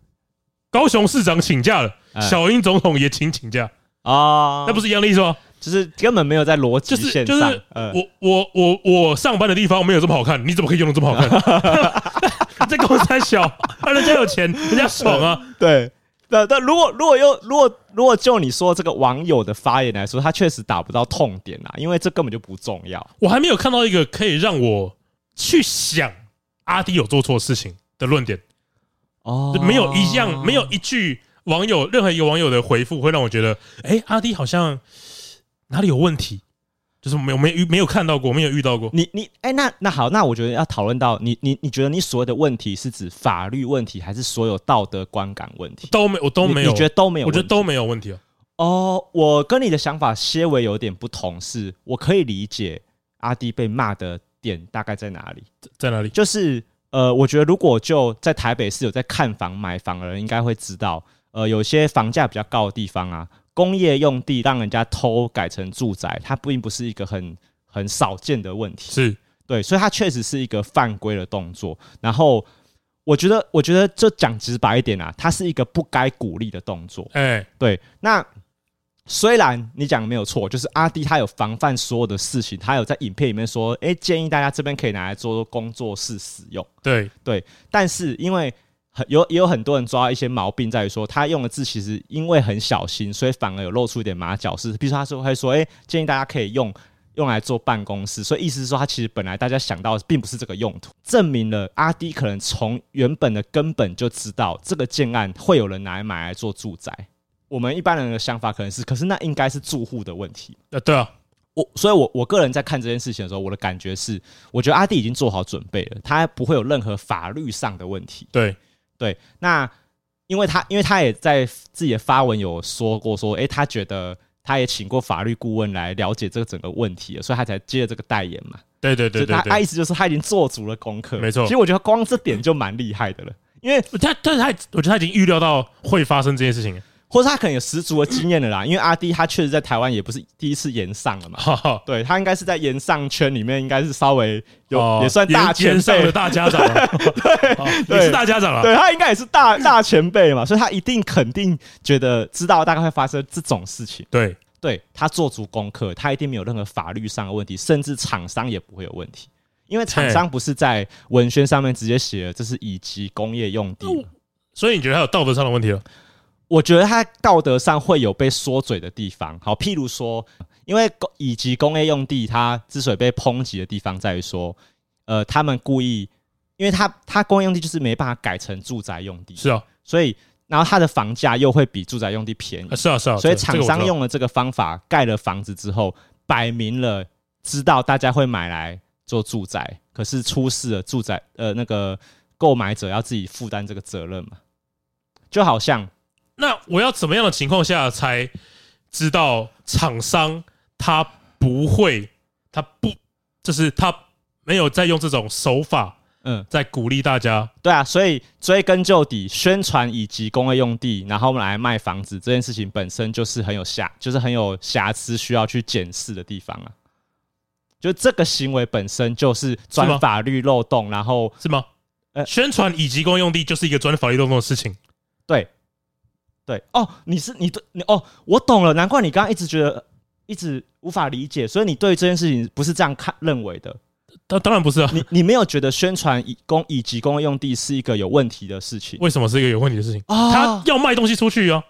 Speaker 1: 高雄市长请假了，
Speaker 2: 嗯
Speaker 1: 小英总统也请请假，
Speaker 2: 哦，
Speaker 1: 那不
Speaker 2: 是，
Speaker 1: 是一样的意思吗？
Speaker 2: 就是根本没有在逻辑
Speaker 1: 就是
Speaker 2: 线
Speaker 1: 就是
Speaker 2: 上，嗯，
Speaker 1: 我我我我上班的地方没有这么好看，你怎么可以用的这么好看？ 这公司还小，啊人家有钱，人家爽啊！
Speaker 2: 对。但但如果如果又如果如果就你说这个网友的发言来说，他确实打不到痛点啦，因为这根本就不重要。
Speaker 1: 我还没有看到一个可以让我去想阿迪有做错事情的论点，
Speaker 2: 哦
Speaker 1: 没有一样，没有一句网友任何一个网友的回复会让我觉得，哎，阿迪好像哪里有问题，就是没有没有没有看到过，没有遇到过。
Speaker 2: 你你哎、那那好，那我觉得要讨论到你你你觉得你所谓的问题是指法律问题，还是所有道德观感问题？
Speaker 1: 都没，我都
Speaker 2: 你
Speaker 1: 没有，
Speaker 2: 你觉得都没有
Speaker 1: 我
Speaker 2: 问题？
Speaker 1: 觉得都没有问题哦。
Speaker 2: 哦，我跟你的想法些微有点不同，是我可以理解阿弟被骂的点大概在哪里，
Speaker 1: 在哪里？
Speaker 2: 就是呃，我觉得如果就在台北市有在看房买房的人，应该会知道，呃，有些房价比较高的地方啊，工业用地让人家偷改成住宅，它并不是一个很很少见的问题。
Speaker 1: 是
Speaker 2: 对，所以它确实是一个犯规的动作。然后我觉得，我觉得就讲直白一点啊，它是一个不该鼓励的动作。
Speaker 1: 哎，
Speaker 2: 对，那虽然你讲的没有错，就是阿弟他有防范所有的事情，他有在影片里面说，哎、建议大家这边可以拿来做工作室使用。
Speaker 1: 对，
Speaker 2: 但是因为很有也有很多人抓到一些毛病，在于说他用的字其实因为很小心，所以反而有露出一点马脚是，比如说他说会说，哎、建议大家可以用用来做办公室，所以意思是说他其实本来大家想到的并不是这个用途，证明了阿 D 可能从原本的根本就知道这个建案会有人拿来买来做住宅。我们一般人的想法可能是，可是那应该是住户的问题。
Speaker 1: 呃，对啊，
Speaker 2: 我所以我，我个人在看这件事情的时候，我的感觉是，我觉得阿弟已经做好准备了，他不会有任何法律上的问题。
Speaker 1: 对，
Speaker 2: 对，那因为他因为他也在自己的发文有说过说，诶、他觉得他也请过法律顾问来了解这个整个问题了，所以他才接了这个代言嘛。
Speaker 1: 对对对
Speaker 2: 就
Speaker 1: 对
Speaker 2: 他他
Speaker 1: 对，
Speaker 2: 意思就是他已经做足了功课，
Speaker 1: 没错
Speaker 2: 其实我觉得光这点就蛮厉害的了，因为
Speaker 1: 他但是他我觉得他已经预料到会发生这件事情了，
Speaker 2: 或者他可能有十足的经验了啦，因为阿弟他确实在台湾也不是第一次演上了嘛，
Speaker 1: 哈哈，
Speaker 2: 对他应该是在演上圈里面应该是稍微有、
Speaker 1: 哦
Speaker 2: 也算大
Speaker 1: 沿
Speaker 2: 前
Speaker 1: 沿上
Speaker 2: 辈
Speaker 1: 的，大家长 了， 对，也是大家长了，
Speaker 2: 对他应该也是大大前辈嘛，所以他一定肯定觉得知道大概会发生这种事情。
Speaker 1: 对，
Speaker 2: 对他做足功课，他一定没有任何法律上的问题，甚至厂商也不会有问题，因为厂商不是在文宣上面直接写了这是以及工业用地嘛。
Speaker 1: 所以你觉得他有道德上的问题了？
Speaker 2: 我觉得他道德上会有被说嘴的地方。好，譬如说，因为工以及工业用地，它之所以被抨击的地方在于说，呃，他们故意，因为它它工业用地就是没办法改成住宅用地，
Speaker 1: 是啊，
Speaker 2: 所以然后它的房价又会比住宅用地便宜
Speaker 1: 啊，是啊，是啊，
Speaker 2: 所以
Speaker 1: 这
Speaker 2: 厂商，用了这个方法盖了房子之后，摆明了知道大家会买来做住宅，可是出事了，住宅呃那个购买者要自己负担这个责任嘛，就好像
Speaker 1: 这个我知道那我要怎么样的情况下才知道厂商他不会，他不，就是他没有在用这种手法
Speaker 2: 嗯。
Speaker 1: 在鼓励大家？
Speaker 2: 对啊，所以追根究底，宣传以及工业用地，然后我们来卖房子这件事情本身就是很有瑕，就是很有瑕疵，需要去检视的地方啊。就这个行为本身就是
Speaker 1: 是
Speaker 2: 钻
Speaker 1: 吗
Speaker 2: 法律漏洞，然后
Speaker 1: 是吗？
Speaker 2: 呃
Speaker 1: 宣传以及公用地就是一个专法律漏洞的事情。
Speaker 2: 对对哦，你是你对你哦，我懂了，难怪你刚刚一直觉得一直无法理解，所以你对这件事情不是这样看认为的，
Speaker 1: 当当然不是啊，
Speaker 2: 你你没有觉得宣传以工以及工业用地是一个有问题的事情。
Speaker 1: 为什么是一个有问题的事情？
Speaker 2: 哦
Speaker 1: 他要卖东西出去啊，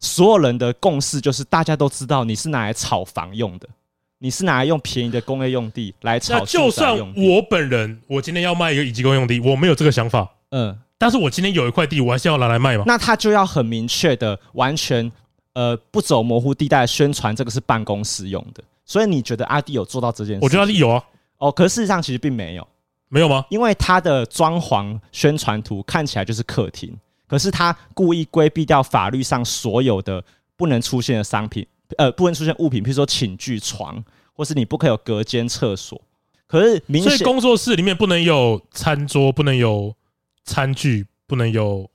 Speaker 2: 所有人的共识就是，大家都知道你是拿来炒房用的，你是拿来用便宜的工业用地来
Speaker 1: 那
Speaker 2: 炒
Speaker 1: 就
Speaker 2: 住宅
Speaker 1: 算
Speaker 2: 用地。
Speaker 1: 我本人，我今天要卖一个以及公用地，我没有这个想法，
Speaker 2: 嗯，
Speaker 1: 但是我今天有一块地，我还是要拿来卖嘛。
Speaker 2: 那他就要很明确的，完全呃不走模糊地带宣传这个是办公室用的。所以你觉得阿弟有做到这件事？
Speaker 1: 我觉得他是有啊，
Speaker 2: 哦，可是事实上其实并没有，
Speaker 1: 没有吗？
Speaker 2: 因为他的装潢宣传图看起来就是客厅，可是他故意规避掉法律上所有的不能出现的商品，呃，不能出现物品，譬如说寝具、床，或是你不可以有隔间厕所。可是明
Speaker 1: 所以
Speaker 2: 显
Speaker 1: 工作室里面不能有餐桌，不能有餐具，不能有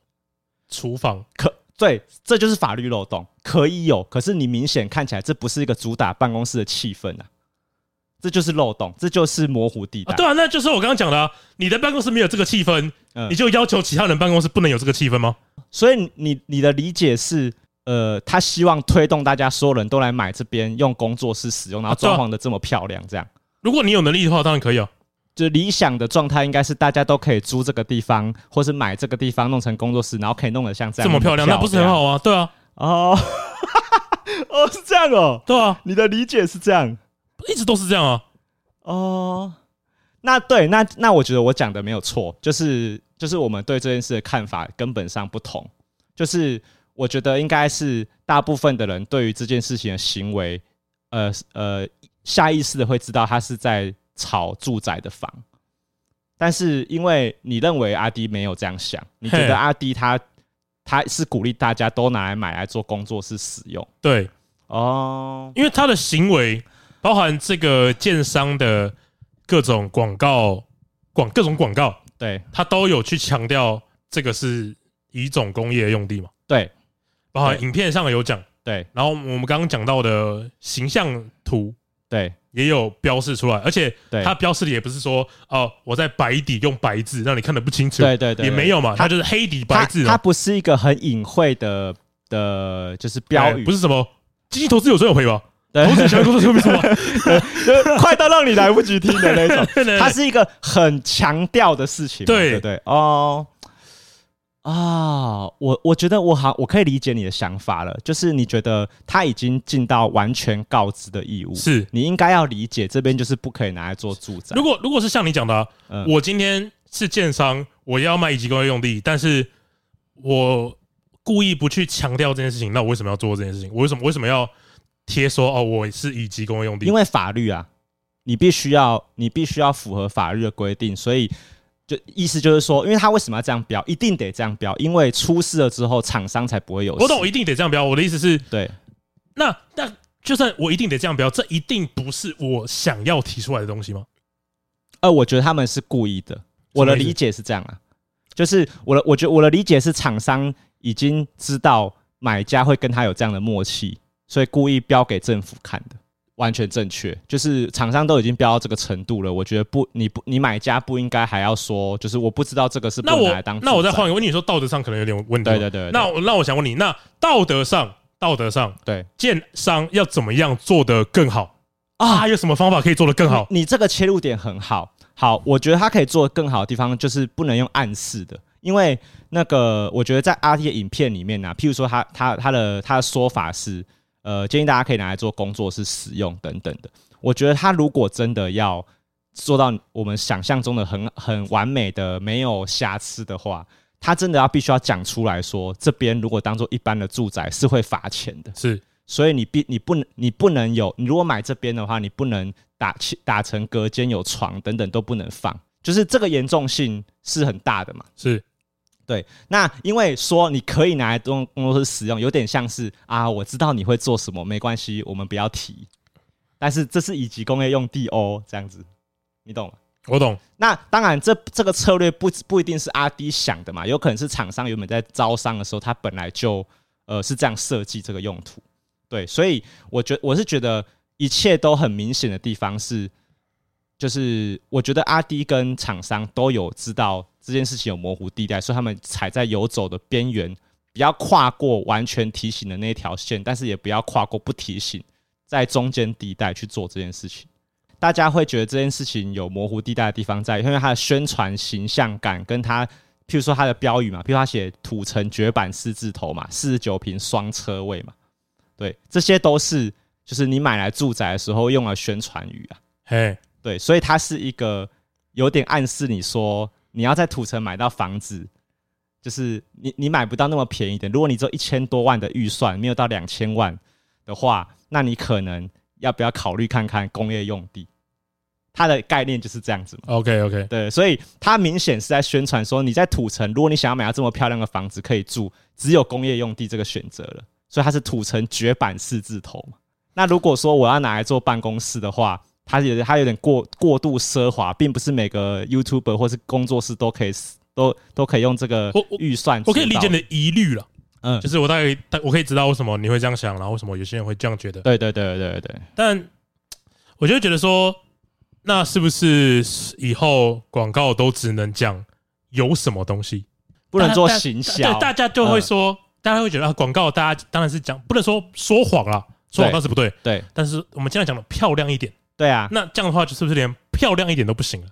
Speaker 1: 厨房。
Speaker 2: 可对，这就是法律漏洞，可以有，可是你明显看起来这不是一个主打办公室的气氛啊，这就是漏洞，这就是模糊地带。
Speaker 1: 啊，对啊，那就是我刚刚讲的、啊，你的办公室没有这个气氛，
Speaker 2: 嗯
Speaker 1: 你就要求其他人办公室不能有这个气氛吗？
Speaker 2: 所以你你的理解是，呃，他希望推动大家所有人都来买这边用工作室使用，然后
Speaker 1: 啊对啊
Speaker 2: 装潢的这么漂亮，这样。
Speaker 1: 如果你有能力的话，当然可以啊。
Speaker 2: 就理想的状态应该是大家都可以租这个地方，或是买这个地方弄成工作室，然后可以弄得像这样
Speaker 1: 这么漂亮，那不是很好啊？对啊，
Speaker 2: 哦？ 哦，是这样哦，
Speaker 1: 对啊，
Speaker 2: 你的理解是这样
Speaker 1: 一直都是这样啊。
Speaker 2: 哦。那对，那那我觉得我讲的没有错，就是就是我们对这件事的看法根本上不同，就是我觉得应该是大部分的人对于这件事情的行为，呃呃，下意识的会知道他是在炒住宅的房，但是因为你认为阿迪没有这样想，你觉
Speaker 1: 嘿
Speaker 2: 得阿迪他他是鼓励大家都拿来买来做工作室使用
Speaker 1: 对，
Speaker 2: 哦，
Speaker 1: 因为他的行为包含这个建商的各种广告、广各种广告，
Speaker 2: 对
Speaker 1: 他都有去强调这个是乙种工业用地嘛，
Speaker 2: 对
Speaker 1: 包含
Speaker 2: 对
Speaker 1: 影片上有讲，
Speaker 2: 对
Speaker 1: 然后我们刚刚讲到的形象图
Speaker 2: 对
Speaker 1: 也有标示出来，而且
Speaker 2: 对
Speaker 1: 它标示的也不是说哦我在白底用白字让你看得不清楚，
Speaker 2: 对对对，
Speaker 1: 也
Speaker 2: 对
Speaker 1: 没有嘛，
Speaker 2: 他
Speaker 1: 它就是黑底
Speaker 2: 它
Speaker 1: 白字哦
Speaker 2: 它
Speaker 1: 嘛，
Speaker 2: 不是一个很隐晦的的，就是标
Speaker 1: 哎
Speaker 2: 语，
Speaker 1: 不是什么基金投资有赚有赔 吧？
Speaker 2: 对
Speaker 1: 投资小工作是为什么？
Speaker 2: 就是 快到让你来不及听的那种。
Speaker 1: 对对
Speaker 2: 它
Speaker 1: 对
Speaker 2: 是一个很强调的事情嘛，
Speaker 1: 对
Speaker 2: 对不对哦。啊，我我觉得我好，我可以理解你的想法了，就是你觉得他已经尽到完全告知的义务，
Speaker 1: 是
Speaker 2: 你应该要理解这边就是不可以拿来做住宅
Speaker 1: 如。果如果是像你讲的、啊，
Speaker 2: 嗯
Speaker 1: 我今天是建商，我要卖以及工业用地，但是我故意不去强调这件事情，那我为什么要做这件事情？我为什么为什么要贴说哦我是以及工业用地？
Speaker 2: 因为法律啊，你必须要你必须要符合法律的规定，所以就意思就是说，因为他为什么要这样标，一定得这样标，因为出事了之后，厂商才不会有事。
Speaker 1: 我懂，一定得这样标。我的意思是，
Speaker 2: 对
Speaker 1: 那那就算我一定得这样标，这一定不是我想要提出来的东西吗？
Speaker 2: 呃，我觉得他们是故意的。我的
Speaker 1: 什么意思
Speaker 2: 理解是这样啊，就是我的，我觉得我的理解是厂商已经知道买家会跟他有这样的默契，所以故意标给政府看的，完全正确。就是厂商都已经标到这个程度了，我觉得不，你不，你买家不应该还要说，就是我不知道这个是不
Speaker 1: 那
Speaker 2: 能拿
Speaker 1: 我
Speaker 2: 来当
Speaker 1: 那我再
Speaker 2: 住宅
Speaker 1: 换一个问题，你说道德上可能有点问题。
Speaker 2: 对对对对
Speaker 1: 那我那我想问你，那道德上道德上
Speaker 2: 对
Speaker 1: 建商要怎么样做得更好
Speaker 2: 啊
Speaker 1: 啊？有什么方法可以做得更好？
Speaker 2: 你。你这个切入点很好，好，我觉得它可以做得更好的地方就是不能用暗示的，因为那个我觉得在阿 T 的影片里面呢、啊譬如说他他他的他的说法是，呃，建议大家可以拿来做工作室使用等等的。我觉得他如果真的要做到我们想象中的很很完美的没有瑕疵的话，他真的要必须要讲出来说，这边如果当做一般的住宅是会罚钱的。
Speaker 1: 是
Speaker 2: 所以你必你不能你不能有，你如果买这边的话，你不能打气打成隔间有床等等都不能放，就是这个严重性是很大的嘛。
Speaker 1: 是，
Speaker 2: 对，那因为说你可以拿来工工作室使用，有点像是啊，我知道你会做什么，没关系，我们不要提。但是这是以及工业用地哦，这样子，你懂吗？
Speaker 1: 我懂。
Speaker 2: 那当然这，这个策略不不一定是阿 D 想的嘛，有可能是厂商原本在招商的时候，他本来就呃是这样设计这个用途。对，所以我觉我是觉得一切都很明显的地方是，就是我觉得阿 D 跟厂商都有知道这件事情有模糊地带，所以他们踩在游走的边缘，不要跨过完全提醒的那一条线，但是也不要跨过不提醒，在中间地带去做这件事情。大家会觉得这件事情有模糊地带的地方在，因为它的宣传形象感跟它，譬如说它的标语嘛，譬如它写“土城绝版四字头”嘛，四十九平双车位嘛，对，这些都是就是你买来住宅的时候用了宣传语啊，
Speaker 1: 嘿，
Speaker 2: 对，所以它是一个有点暗示你说你要在土城买到房子，就是你你买不到那么便宜的，如果你只有一千多万的预算，没有到两千万的话，那你可能要不要考虑看看工业用地？它的概念就是这样子嘛。
Speaker 1: OK OK，
Speaker 2: 对，所以它明显是在宣传说，你在土城，如果你想要买到这么漂亮的房子可以住，只有工业用地这个选择了，所以它是土城绝版四字头嘛。那如果说我要拿来做办公室的话，它也它有点过过度奢华，并不是每个 YouTuber 或是工作室都可以都都可以用这个
Speaker 1: 我我
Speaker 2: 预算
Speaker 1: 我可以理解你
Speaker 2: 的，
Speaker 1: 的疑虑了，
Speaker 2: 嗯
Speaker 1: 就，是我大概大我可以知道为什么你会这样想，然后为什么有些人会这样觉得。
Speaker 2: 对对对对对对，
Speaker 1: 但我就觉得说，那是不是以后广告都只能讲有什么东西，
Speaker 2: 不能做
Speaker 1: 大家
Speaker 2: 行
Speaker 1: 大
Speaker 2: 销嗯
Speaker 1: 对，，大家就会说，大家会觉得啊，广告大家当然是讲，不能说说谎啦，说
Speaker 2: 对
Speaker 1: 谎倒是不对，
Speaker 2: 对
Speaker 1: 但是我们尽量讲的漂亮一点。
Speaker 2: 对啊，
Speaker 1: 那这样的话，就是不是连漂亮一点都不行了？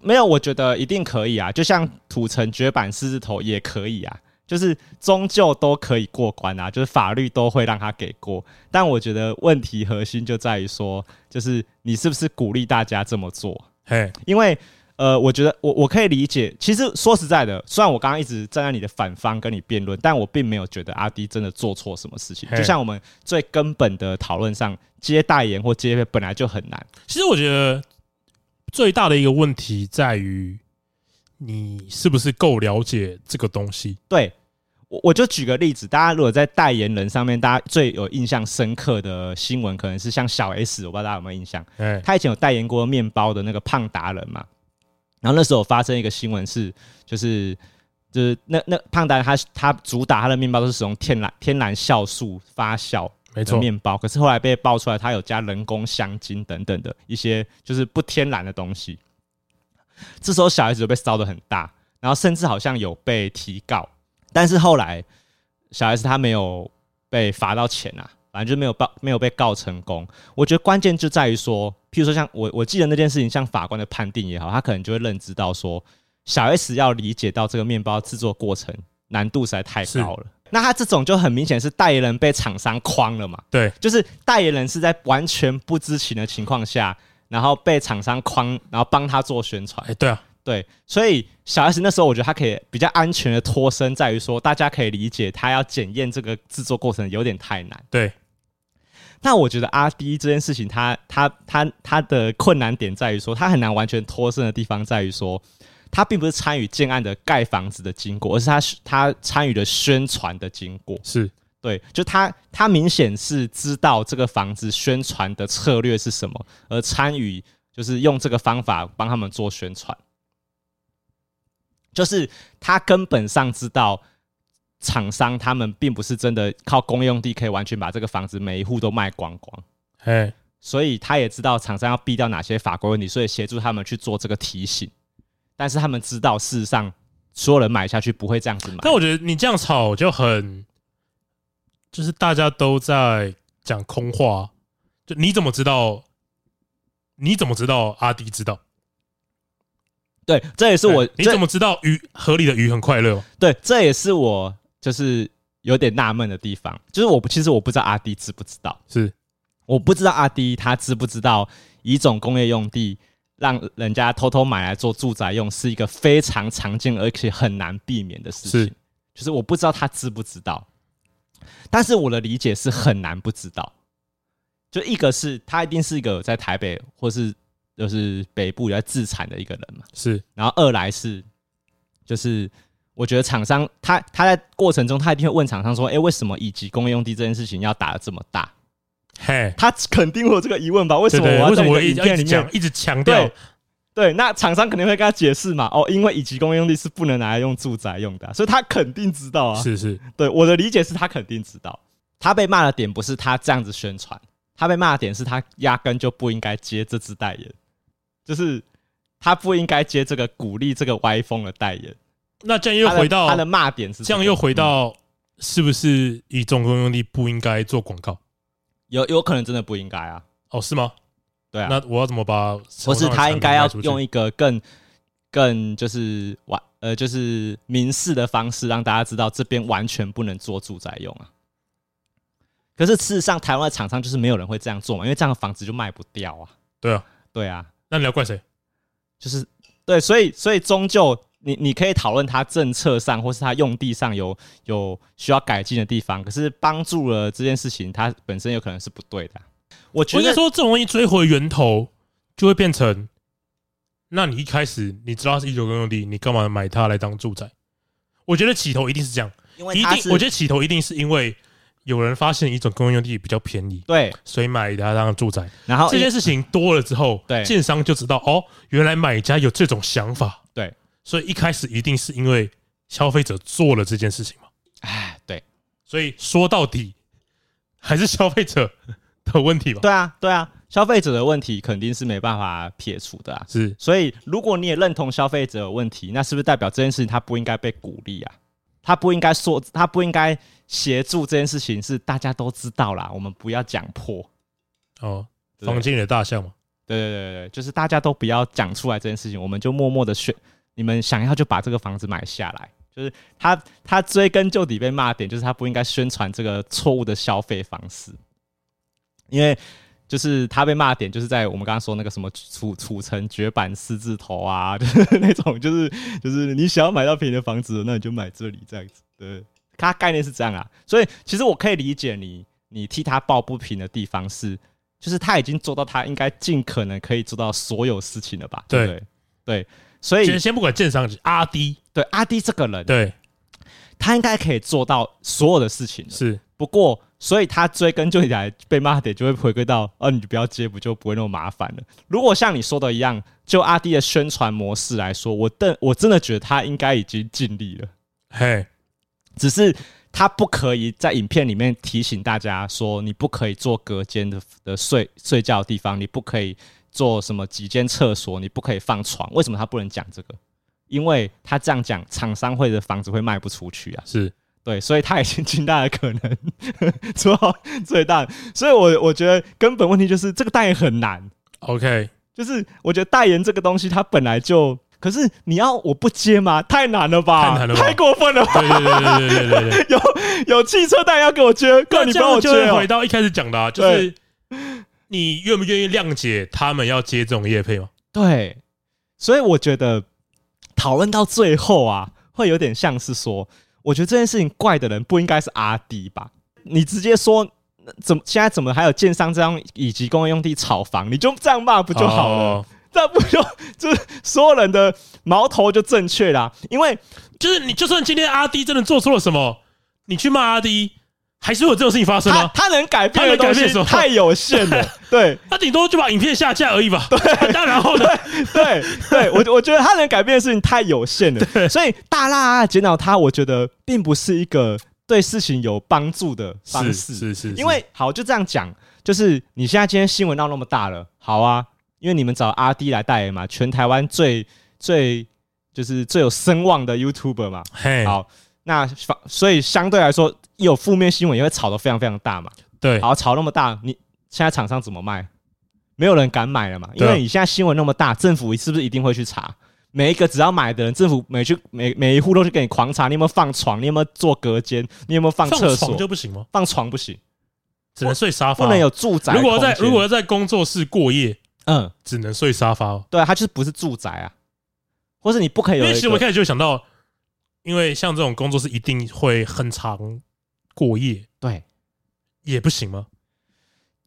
Speaker 2: 没有，我觉得一定可以啊，就像土城绝版四字头也可以啊，就是终究都可以过关啊，就是法律都会让他给过。但我觉得问题核心就在于说，就是你是不是鼓励大家这么做？
Speaker 1: 嘿，
Speaker 2: 因为呃，我觉得我我可以理解。其实说实在的，虽然我刚刚一直站在你的反方跟你辩论，但我并没有觉得阿迪真的做错什么事情。
Speaker 1: 嘿
Speaker 2: 就像我们最根本的讨论上，接代言或接本来就很难。
Speaker 1: 其实我觉得最大的一个问题在于，你是不是够了解这个东西？
Speaker 2: 对，我我就举个例子，大家如果在代言人上面，大家最有印象深刻的新闻，可能是像小 S，我不知道大家有没有印象，
Speaker 1: 哎，
Speaker 2: 他以前有代言过面包的那个胖达人嘛。然后那时候有发生一个新闻是，就是就是那那胖达人他他主打他的面包都是使用天然天然酵素发酵
Speaker 1: 没
Speaker 2: 的
Speaker 1: 错，
Speaker 2: 面包，可是后来被爆出来他有加人工香精等等的一些就是不天然的东西。这时候小孩子就被烧得很大，然后甚至好像有被提告，但是后来小孩子他没有被罚到钱啊，反正就没有报没有被告成功。我觉得关键就在于说，譬如说像我我记得那件事情，像法官的判定也好，他可能就会认知到说，小 S 要理解到这个面包制作过程难度实在太高了。那他这种就很明显是代言人被厂商框了嘛，
Speaker 1: 对，
Speaker 2: 就是代言人是在完全不知情的情况下，然后被厂商框，然后帮他做宣传。
Speaker 1: 哎，对啊，
Speaker 2: 对，所以小 S 那时候我觉得他可以比较安全的脱身，在于说大家可以理解他要检验这个制作过程有点太难。
Speaker 1: 对，
Speaker 2: 那我觉得阿 D 这件事情他，他他他的困难点在于说，他很难完全脱身的地方在于说，他并不是参与建案的盖房子的经过，而是他他参与了宣传的经过。
Speaker 1: 是
Speaker 2: 对，就他他明显是知道这个房子宣传的策略是什么，而参与就是用这个方法帮他们做宣传。就是他根本上知道，厂商他们并不是真的靠公用地可以完全把这个房子每一户都卖光光，
Speaker 1: 哎，
Speaker 2: 所以他也知道厂商要避掉哪些法规问题，所以协助他们去做这个提醒。但是他们知道，事实上所有人买下去不会这样子买。
Speaker 1: 但我觉得你这样吵就很，就是大家都在讲空话，就你怎么知道？你怎么知道阿迪知道？
Speaker 2: 对，这也是我
Speaker 1: 哎你怎
Speaker 2: 么
Speaker 1: 么知道鱼河里的鱼很快乐吗？
Speaker 2: 对，这也是我就是有点纳闷的地方，就是我不其实我不知道阿弟知不知道。
Speaker 1: 是
Speaker 2: 我不知道阿迪他知不知道，乙种工业用地让人家偷偷买来做住宅用，是一个非常常见而且很难避免的事情。
Speaker 1: 是
Speaker 2: 就是我不知道他知不知道，但是我的理解是很难不知道。就一个是他一定是一个有在台北或是就是北部有在自产的一个人嘛，
Speaker 1: 是，
Speaker 2: 然后二来是，就是我觉得厂商他他在过程中他一定会问厂商说，哎、为什么以及工业用地这件事情要打的这么大？
Speaker 1: 嘿，
Speaker 2: 他肯定会有这个疑问吧？为什
Speaker 1: 对
Speaker 2: 么我
Speaker 1: 对，
Speaker 2: 要
Speaker 1: 为什
Speaker 2: 在
Speaker 1: 么
Speaker 2: 你
Speaker 1: 我
Speaker 2: 的
Speaker 1: 一
Speaker 2: 影
Speaker 1: 直
Speaker 2: 片
Speaker 1: 一
Speaker 2: 里
Speaker 1: 直
Speaker 2: 面
Speaker 1: 讲，一直强调
Speaker 2: 对？对，那厂商肯定会跟他解释嘛。哦，因为乙级工业用地是不能拿来用住宅用的啊、所以他肯定知道啊。
Speaker 1: 是是，
Speaker 2: 对，我的理解是他肯定知道。他被骂的点不是他这样子宣传，他被骂的点是他压根就不应该接这支代言，就是他不应该接这个鼓励这个歪风的代言。
Speaker 1: 那这样又
Speaker 2: 他的
Speaker 1: 回到
Speaker 2: 他的骂点是
Speaker 1: 这样
Speaker 2: 个嗯
Speaker 1: 又回到是不是以总共用地不应该做广告？
Speaker 2: 有有可能真的不应该啊，
Speaker 1: 哦，是吗？
Speaker 2: 对啊。
Speaker 1: 那我要怎么把
Speaker 2: 或
Speaker 1: 手
Speaker 2: 是
Speaker 1: 上的
Speaker 2: 他
Speaker 1: 产
Speaker 2: 应
Speaker 1: 品
Speaker 2: 该要
Speaker 1: 卖出去？
Speaker 2: 用一个更更就是完呃就是明示的方式，让大家知道这边完全不能做住宅用啊。可是事实上，台湾的厂商就是没有人会这样做嘛，因为这样的房子就卖不掉啊。
Speaker 1: 对啊，
Speaker 2: 对啊，
Speaker 1: 那你要怪谁？
Speaker 2: 就是对，所以所以终究你你可以讨论它政策上或是它用地上有有需要改进的地方，可是帮助了这件事情，它本身有可能是不对的啊、我觉
Speaker 1: 我应该
Speaker 2: 得
Speaker 1: 说，这种东西追回源头，就会变成，那你一开始你知道它是一九公用地，你干嘛买它来当住宅？我觉得起头一定是这样，
Speaker 2: 因为
Speaker 1: 一
Speaker 2: 它
Speaker 1: 定
Speaker 2: 是，
Speaker 1: 我觉得起头一定是因为有人发现一种公用地比较便宜，
Speaker 2: 对，
Speaker 1: 所以买它当住宅。
Speaker 2: 然后
Speaker 1: 这件事情多了之后，
Speaker 2: 哦对
Speaker 1: 建商就知道哦，原来买家有这种想法，
Speaker 2: 对，
Speaker 1: 所以一开始一定是因为消费者做了这件事情嘛，
Speaker 2: 哎对。
Speaker 1: 所以说到底还是消费者的问题吧，
Speaker 2: 对啊，对啊，消费者的问题肯定是没办法撇除的啊。
Speaker 1: 是
Speaker 2: 所以，如果你也认同消费者的问题，那是不是代表这件事情他不应该被鼓励啊？他不应该说，他不应该协助这件事情是大家都知道啦，我们不要讲破。
Speaker 1: 哦，
Speaker 2: 对
Speaker 1: 房间里的大象嘛，
Speaker 2: 对对对对，就是大家都不要讲出来这件事情，我们就默默的选，你们想要就把这个房子买下来。就是他他追根究底被骂的点，就是他不应该宣传这个错误的消费方式，因为就是他被骂的点就是在我们刚刚说那个什么储储存绝版四字头啊， 就是那种就是就是你想要买到便宜的房子，那你就买这里这样子。对，它概念是这样啊，所以其实我可以理解你你替他抱不平的地方是，就是他已经做到他应该尽可能可以做到所有事情了吧？对不对对，所以
Speaker 1: 先先不管建商阿 D，
Speaker 2: 对阿迪这个人，
Speaker 1: 对，
Speaker 2: 他应该可以做到所有的事情的。
Speaker 1: 是
Speaker 2: 不过，所以他追根究底来被骂的点，就会回归到，啊，你就不要接，不就不会那么麻烦了。如果像你说的一样，就阿迪的宣传模式来说，我但我真的觉得他应该已经尽力了，
Speaker 1: 嘿，
Speaker 2: 只是他不可以在影片里面提醒大家说，你不可以做隔间的的睡睡觉的地方，你不可以做什么几间厕所，你不可以放床。为什么他不能讲这个？因为他这样讲，厂商会的房子会卖不出去啊。
Speaker 1: 是
Speaker 2: 对，所以他已经 尽大的可能做到最大。所以我我觉得根本问题就是这个代言很难，
Speaker 1: OK，
Speaker 2: 就是我觉得代言这个东西它本来就，可是你要我不接吗？太难了吧，
Speaker 1: 太难了吧
Speaker 2: 太过分了吧！
Speaker 1: 对对对对对对对对。
Speaker 2: 有有汽车代言要给我接，哥
Speaker 1: 那
Speaker 2: 你
Speaker 1: 这
Speaker 2: 帮
Speaker 1: 样
Speaker 2: 我接
Speaker 1: 就会
Speaker 2: 哦
Speaker 1: 回到一开始讲的、啊，就是你愿不愿意谅解他们要接这种业配吗？
Speaker 2: 对，所以我觉得讨论到最后啊，会有点像是说，我觉得这件事情怪的人不应该是阿迪吧？你直接说。呃怎么现在怎么还有建商这样以及工业用地炒房？你就这样骂不就好了？
Speaker 1: 哦
Speaker 2: 这不就就是所有人的矛头就正确啦？因为
Speaker 1: 就是你，就算今天阿 D 真的做错了什么，你去骂阿 D，还是会有这种事情发生
Speaker 2: 他
Speaker 1: 啊？
Speaker 2: 他能改变
Speaker 1: 他
Speaker 2: 的
Speaker 1: 能改
Speaker 2: 东
Speaker 1: 变
Speaker 2: 西
Speaker 1: 什么
Speaker 2: 太有限了，对
Speaker 1: 他顶多就把影片下架而已吧。对，啊当然后呢，
Speaker 2: 对对，我我觉得他能改变的事情太有限了，所以大大啊检讨他，我觉得并不是一个对事情有帮助的方
Speaker 1: 是
Speaker 2: 式，
Speaker 1: 是是，
Speaker 2: 因为好就这样讲，就是你现在今天新闻闹那么大了，好啊，因为你们找阿 D 来代言嘛，全台湾最最就是最有声望的 YouTuber 嘛，
Speaker 1: 嘿，
Speaker 2: 好，那反所以相对来说，一有负面新闻也会炒得非常非常大嘛。
Speaker 1: 对，
Speaker 2: 好，炒那么大，你现在厂商怎么卖？没有人敢买了嘛，因
Speaker 1: 对啊
Speaker 2: 为你现在新闻那么大，政府是不是一定会去查？每一个只要买的人，政府每去每每一户都去给你狂查，你有没有放床？你有没有做隔间？你有没有放
Speaker 1: 放
Speaker 2: 厕所
Speaker 1: 床？就不行吗？
Speaker 2: 放床不行，
Speaker 1: 只能睡沙发，
Speaker 2: 不能有住宅空
Speaker 1: 如
Speaker 2: 间。
Speaker 1: 果要在如果要在工作室过夜，
Speaker 2: 嗯，
Speaker 1: 只能睡沙发哦。
Speaker 2: 对啊，它就是不是住宅啊，或是你不可以
Speaker 1: 因
Speaker 2: 有
Speaker 1: 为其
Speaker 2: 一
Speaker 1: 实我一
Speaker 2: 个
Speaker 1: 开始就想到，因为像这种工作室一定会很长过夜，
Speaker 2: 对
Speaker 1: 也不行吗？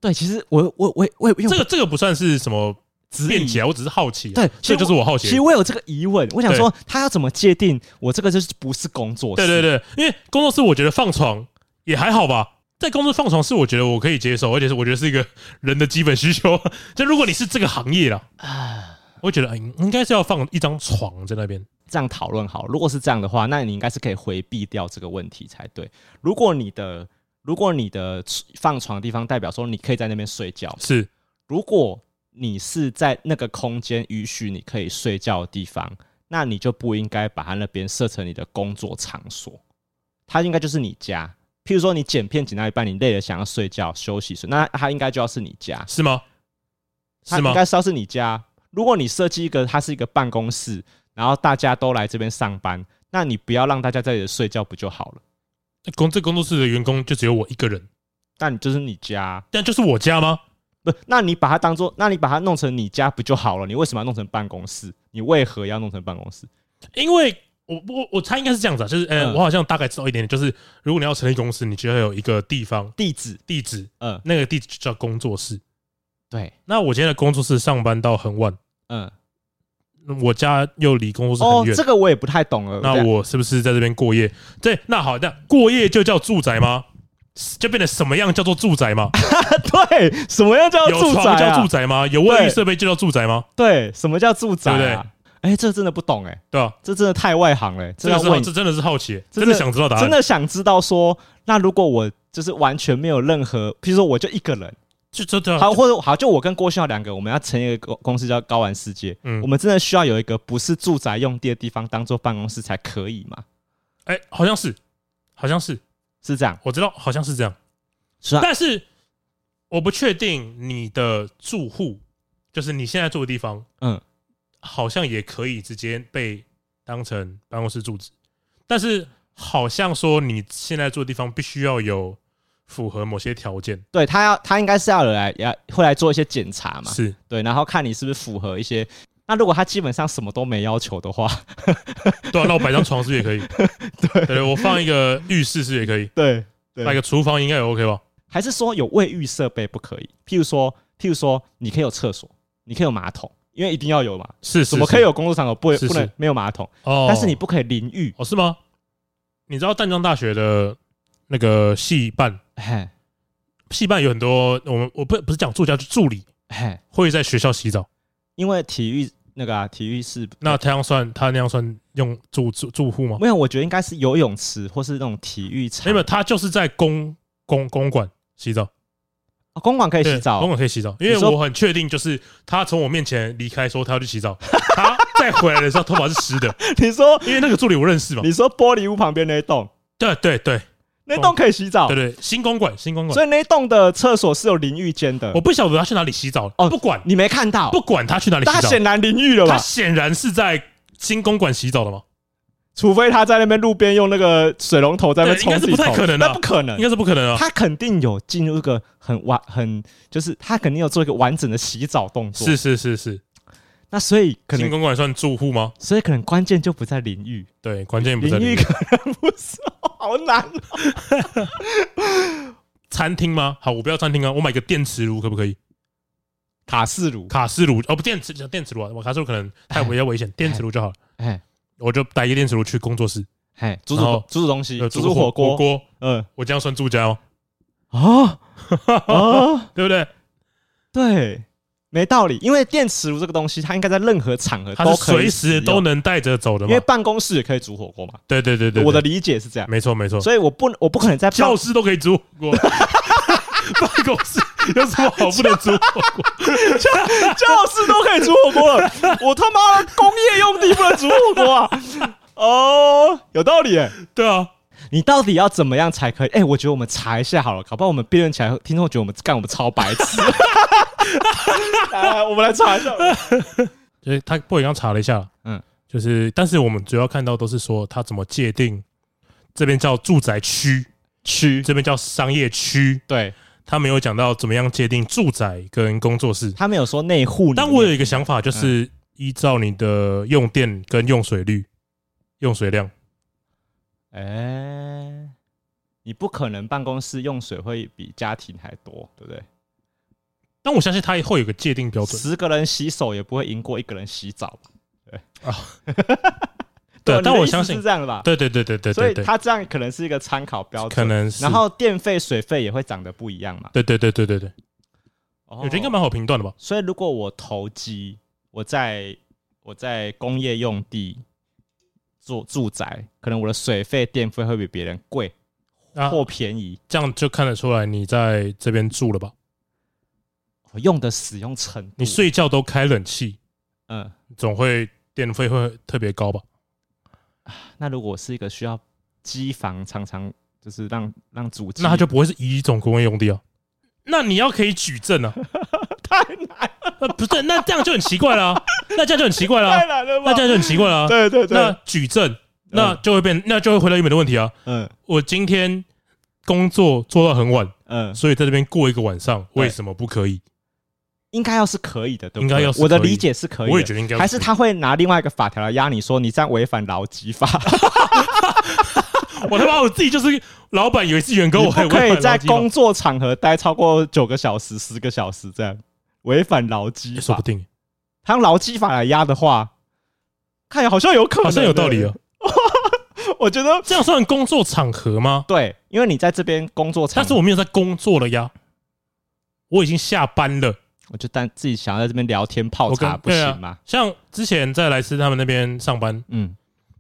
Speaker 2: 对。其实我我我我我
Speaker 1: 这个这个不算是什么
Speaker 2: 质
Speaker 1: 辩
Speaker 2: 疑
Speaker 1: 解，我只是好奇啊。
Speaker 2: 对
Speaker 1: 这
Speaker 2: 其实
Speaker 1: 就是我好
Speaker 2: 其
Speaker 1: 奇
Speaker 2: 实
Speaker 1: 的。
Speaker 2: 我有这个疑问，我想说他要怎么界定我这个就是不是工作
Speaker 1: 对
Speaker 2: 室？
Speaker 1: 对对，因为工作室我觉得放床也还好吧。在工作放床是我觉得我可以接受，而且是我觉得是一个人的基本需求。 就如果你是这个行业啦，
Speaker 2: 啊，
Speaker 1: 我觉得哎应该是要放一张床在那边。
Speaker 2: 这样讨论好。如果是这样的话，那你应该是可以回避掉这个问题才对。如果你的如果你的放床的地方代表说你可以在那边睡觉，
Speaker 1: 是
Speaker 2: 如果你是在那个空间允许你可以睡觉的地方，那你就不应该把它那边设成你的工作场所，它应该就是你家。譬如说你剪片剪到一半，你累了想要睡觉休息睡，那它应该就要是你家。
Speaker 1: 是吗？
Speaker 2: 它
Speaker 1: 是吗
Speaker 2: 应？该是要是你家。如果你设计一个，它是一个办公室，然后大家都来这边上班，那你不要让大家在这里睡觉不就好了？
Speaker 1: 工这工作室的员工就只有我一个人，
Speaker 2: 那你就是你家，
Speaker 1: 但就是我家吗？
Speaker 2: 不，那你把它当做，那你把它弄成你家不就好了？你为什么要弄成办公室？你为何要弄成办公室？
Speaker 1: 因为我我我猜应该是这样子啊，就是呃，
Speaker 2: 嗯
Speaker 1: 我好像大概知道一点点，就是如果你要成立公司，你就要有一个地方
Speaker 2: 地址，
Speaker 1: 地址，
Speaker 2: 嗯，
Speaker 1: 那个地址就叫工作室。
Speaker 2: 对，
Speaker 1: 那我今天的工作室上班到很晚，
Speaker 2: 嗯，
Speaker 1: 嗯我家又离工作室
Speaker 2: 哦
Speaker 1: 很，远，
Speaker 2: 这个我也不太懂了。
Speaker 1: 那
Speaker 2: 对
Speaker 1: 我是不是在这边过夜？对，那好，那过夜就叫住宅吗？就变得什么样叫做住宅吗？
Speaker 2: 对什么样 叫
Speaker 1: 有
Speaker 2: 住宅、
Speaker 1: 床
Speaker 2: 啊？
Speaker 1: 叫住宅吗？有卫浴
Speaker 2: 对
Speaker 1: 设备就叫住宅吗？
Speaker 2: 对，什么叫住宅、
Speaker 1: 对不
Speaker 2: 啊
Speaker 1: 对？
Speaker 2: 哎、这真的不懂哎、
Speaker 1: 对吧？
Speaker 2: 这真的太外行了、
Speaker 1: 这
Speaker 2: 真
Speaker 1: 个
Speaker 2: 的
Speaker 1: 是
Speaker 2: 要问
Speaker 1: 好这真的是好奇，
Speaker 2: 真
Speaker 1: 真
Speaker 2: 的
Speaker 1: 的想知道答
Speaker 2: 真
Speaker 1: 案。
Speaker 2: 的想知道说，那如果我就是完全没有任何，譬如说我就一个人，
Speaker 1: 啊就真的
Speaker 2: 好，或者好，就我跟郭笑两个，我们要成立一个公公司叫高玩世界，
Speaker 1: 嗯
Speaker 2: 我们真的需要有一个不是住宅用地的地方当做办公室才可以嘛？
Speaker 1: 哎，好像是，好像是，
Speaker 2: 是这样，
Speaker 1: 我知道，好像是这样。
Speaker 2: 是啊，
Speaker 1: 但是我不确定你的住户，就是你现在住的地方，
Speaker 2: 嗯，
Speaker 1: 好像也可以直接被当成办公室住址，但是好像说你现在住的地方必须要有符合某些条件，
Speaker 2: 对他要他应该是要有来要会来做一些检查嘛，
Speaker 1: 是
Speaker 2: 对，然后看你是不是符合一些。那如果他基本上什么都没要求 的话，
Speaker 1: 对啊，那我摆张床是不是也可 以？对，我放一个浴室是不是也可以，
Speaker 2: 对，
Speaker 1: 摆个厨房应该也 OK 吧？
Speaker 2: 还是说有卫浴设备不可以？譬如说，譬如说，你可以有厕所，你可以有马桶，因为一定要有嘛。
Speaker 1: 是，是
Speaker 2: 怎么
Speaker 1: 是
Speaker 2: 可以有工作场所不
Speaker 1: 是
Speaker 2: 不能
Speaker 1: 是
Speaker 2: 没有马桶？
Speaker 1: 哦？
Speaker 2: 但是你不可以淋浴，
Speaker 1: 哦是吗？你知道淡江大学的那个系办
Speaker 2: 嘿，
Speaker 1: 戏办有很多，我们我不不是讲助教，就助理
Speaker 2: 嘿，
Speaker 1: 会在学校洗澡。
Speaker 2: 因为体育那个啊，体育是
Speaker 1: 那他样算他那样算用住住住户吗？
Speaker 2: 没有，我觉得应该是游泳池或是那种体育
Speaker 1: 没
Speaker 2: 场。
Speaker 1: 有，他就是在公公公馆洗澡，
Speaker 2: 哦公馆可以
Speaker 1: 对
Speaker 2: 洗澡
Speaker 1: 公
Speaker 2: 哦，
Speaker 1: 馆可以洗澡，因为
Speaker 2: 你说
Speaker 1: 我很确定，就是他从我面前离开说他要去洗澡， 他再回来的时候头发是湿 的，
Speaker 2: 你说
Speaker 1: 因为那个助理我认识嘛。
Speaker 2: 你说玻璃屋旁边那一栋，
Speaker 1: 对对对
Speaker 2: 那栋可以洗澡
Speaker 1: 对，对，新公馆新公馆，
Speaker 2: 所以那一栋的厕所是有淋浴间的
Speaker 1: 我。不晓得他去哪里洗澡，
Speaker 2: 哦
Speaker 1: 不管
Speaker 2: 你没看到
Speaker 1: 不？管他去哪里
Speaker 2: 他
Speaker 1: 洗澡
Speaker 2: 显，然淋浴了
Speaker 1: 他
Speaker 2: 吧？
Speaker 1: 显然是在新公馆洗澡的嘛，
Speaker 2: 除非他在那边路边用那个水龙头在那边
Speaker 1: 对应该
Speaker 2: 冲
Speaker 1: 是
Speaker 2: 自
Speaker 1: 不
Speaker 2: 己
Speaker 1: 太
Speaker 2: 头
Speaker 1: 可能的
Speaker 2: 那不可能
Speaker 1: 应。该是不可能啊。
Speaker 2: 嗯他肯定有进入一个很完很，就是他肯定有做一个完整的洗澡动作。
Speaker 1: 是，是是是，
Speaker 2: 那所以可
Speaker 1: 新
Speaker 2: 能，
Speaker 1: 公馆算住户吗？
Speaker 2: 所以可能关键就不在淋浴，
Speaker 1: 对，关键不在
Speaker 2: 淋
Speaker 1: 里
Speaker 2: 浴
Speaker 1: 面。
Speaker 2: 可能不是，好难哦。
Speaker 1: 餐厅吗？好，我不要餐厅啊，我买个电磁炉可不可以？
Speaker 2: 卡式炉，
Speaker 1: 卡式炉哦，不电磁讲电磁炉啊，我卡式炉可能太危较危险，电磁炉就好了。
Speaker 2: 哎
Speaker 1: 我就带一个电磁炉去工作室，
Speaker 2: 嘿，煮
Speaker 1: 然
Speaker 2: 煮
Speaker 1: 后
Speaker 2: 煮煮东西，
Speaker 1: 呃
Speaker 2: 煮煮火
Speaker 1: 锅，火
Speaker 2: 锅，
Speaker 1: 锅，
Speaker 2: 嗯
Speaker 1: 我这样算住家吗？
Speaker 2: 啊啊，
Speaker 1: 对不对？
Speaker 2: 对，没道理，因为电磁炉这个东西，它应该在任何场合
Speaker 1: 它
Speaker 2: 都
Speaker 1: 是
Speaker 2: 可
Speaker 1: 随
Speaker 2: 以使用，
Speaker 1: 时都能带着走的
Speaker 2: 因
Speaker 1: 嘛
Speaker 2: 为？办公室也可以煮火锅嘛。
Speaker 1: 对对对对，对
Speaker 2: 我的理解是这样，
Speaker 1: 没错没错，
Speaker 2: 所以我不我不可能在办
Speaker 1: 教室都可以煮火锅，办公室有什么好不能 煮火锅？
Speaker 2: 教室都可以煮 火锅了，我他妈的工业用地不能煮火锅啊！哦，有道理耶。
Speaker 1: 对啊，
Speaker 2: 你到底要怎么样才可以？哎、我觉得我们查一下好了，搞不好我们辩论起来，听众觉得我们干我们超白 痴。来来，我们来查一下。
Speaker 1: 就是他不我刚查了一下，嗯
Speaker 2: 嗯，
Speaker 1: 就是但是我们主要看到都是说他怎么界定这边叫住宅区，
Speaker 2: 区
Speaker 1: 这边叫商业区，
Speaker 2: 对
Speaker 1: 他没有讲到怎么样界定住宅跟工作室。
Speaker 2: 他没有说内户里面，
Speaker 1: 但我有一个想法，
Speaker 2: 嗯
Speaker 1: 就是依照你的用电跟用水率、用水量，
Speaker 2: 哎、你不可能办公室用水会比家庭还多，对不对？
Speaker 1: 但我相信它会有个界定标准。
Speaker 2: 十个人洗手也不会赢过一个人洗澡吧？对
Speaker 1: 啊
Speaker 2: 啊，
Speaker 1: 对
Speaker 2: 你的
Speaker 1: 但我
Speaker 2: 意思
Speaker 1: 相信
Speaker 2: 是这样的吧？
Speaker 1: 对对对对对
Speaker 2: 所以
Speaker 1: 对对，
Speaker 2: 它这样可能是一个参考标准，
Speaker 1: 可能是
Speaker 2: 然后电费、水费也会涨得不一样嘛。
Speaker 1: 对对对对对对，
Speaker 2: 我
Speaker 1: 我觉得应该蛮好评断的吧？
Speaker 2: 所以如果我投机，我在我在工业用地住住宅，可能我的水费、电费会比别人贵
Speaker 1: 啊，
Speaker 2: 或便宜，
Speaker 1: 这样就看得出来你在这边住了吧？
Speaker 2: 嗯我用的使用程度，
Speaker 1: 你睡觉都开冷气，
Speaker 2: 嗯，
Speaker 1: 总会电费会特别高吧？
Speaker 2: 那如果我是一个需要机房，常常就是让让主机，
Speaker 1: 那它就不会是以一种工业用 地啊。那你要可以举证啊，
Speaker 2: 太难
Speaker 1: 呃，不是，那这样就很奇怪啦、啊那这样就很奇怪啊啦、
Speaker 2: 太难了吧
Speaker 1: 那？这样就很奇怪啦、
Speaker 2: 对对嗯
Speaker 1: 那
Speaker 2: 对，
Speaker 1: 举证，那就会变，那就会回到原本的问题啊。
Speaker 2: 嗯
Speaker 1: 我今天工作做到很晚，
Speaker 2: 嗯，
Speaker 1: 所以在这边过一个晚上，
Speaker 2: 对
Speaker 1: 为什么不可以？
Speaker 2: 应该要是可以的，对不对？
Speaker 1: 应该要是
Speaker 2: 我的
Speaker 1: 可以
Speaker 2: 理解是可以的，啊
Speaker 1: 我也觉得应该
Speaker 2: 还是他会拿另外一个法条来压你说你这样违反劳基法，
Speaker 1: 我他妈我自己就是老板，以为是员工，
Speaker 2: 你
Speaker 1: 我还
Speaker 2: 不可
Speaker 1: 违
Speaker 2: 以
Speaker 1: 反
Speaker 2: 在
Speaker 1: 劳基法
Speaker 2: 工作场合待超过九个小时、十个小时这样，违反劳基
Speaker 1: 欸说
Speaker 2: 法
Speaker 1: 不。定
Speaker 2: 他用劳基法来压的话，看好像有可能，
Speaker 1: 好像有道理哦。哦
Speaker 2: 对。我觉得
Speaker 1: 这样算工作场合吗？
Speaker 2: 对，因为你在这边工作场
Speaker 1: 但
Speaker 2: 合，
Speaker 1: 是我没有在工作了呀，我已经下班了。
Speaker 2: 我就当自己想要在这边聊天泡
Speaker 1: 我跟
Speaker 2: 茶不
Speaker 1: 对啊
Speaker 2: 行吗？
Speaker 1: 像之前在莱斯他们那边上班，
Speaker 2: 嗯，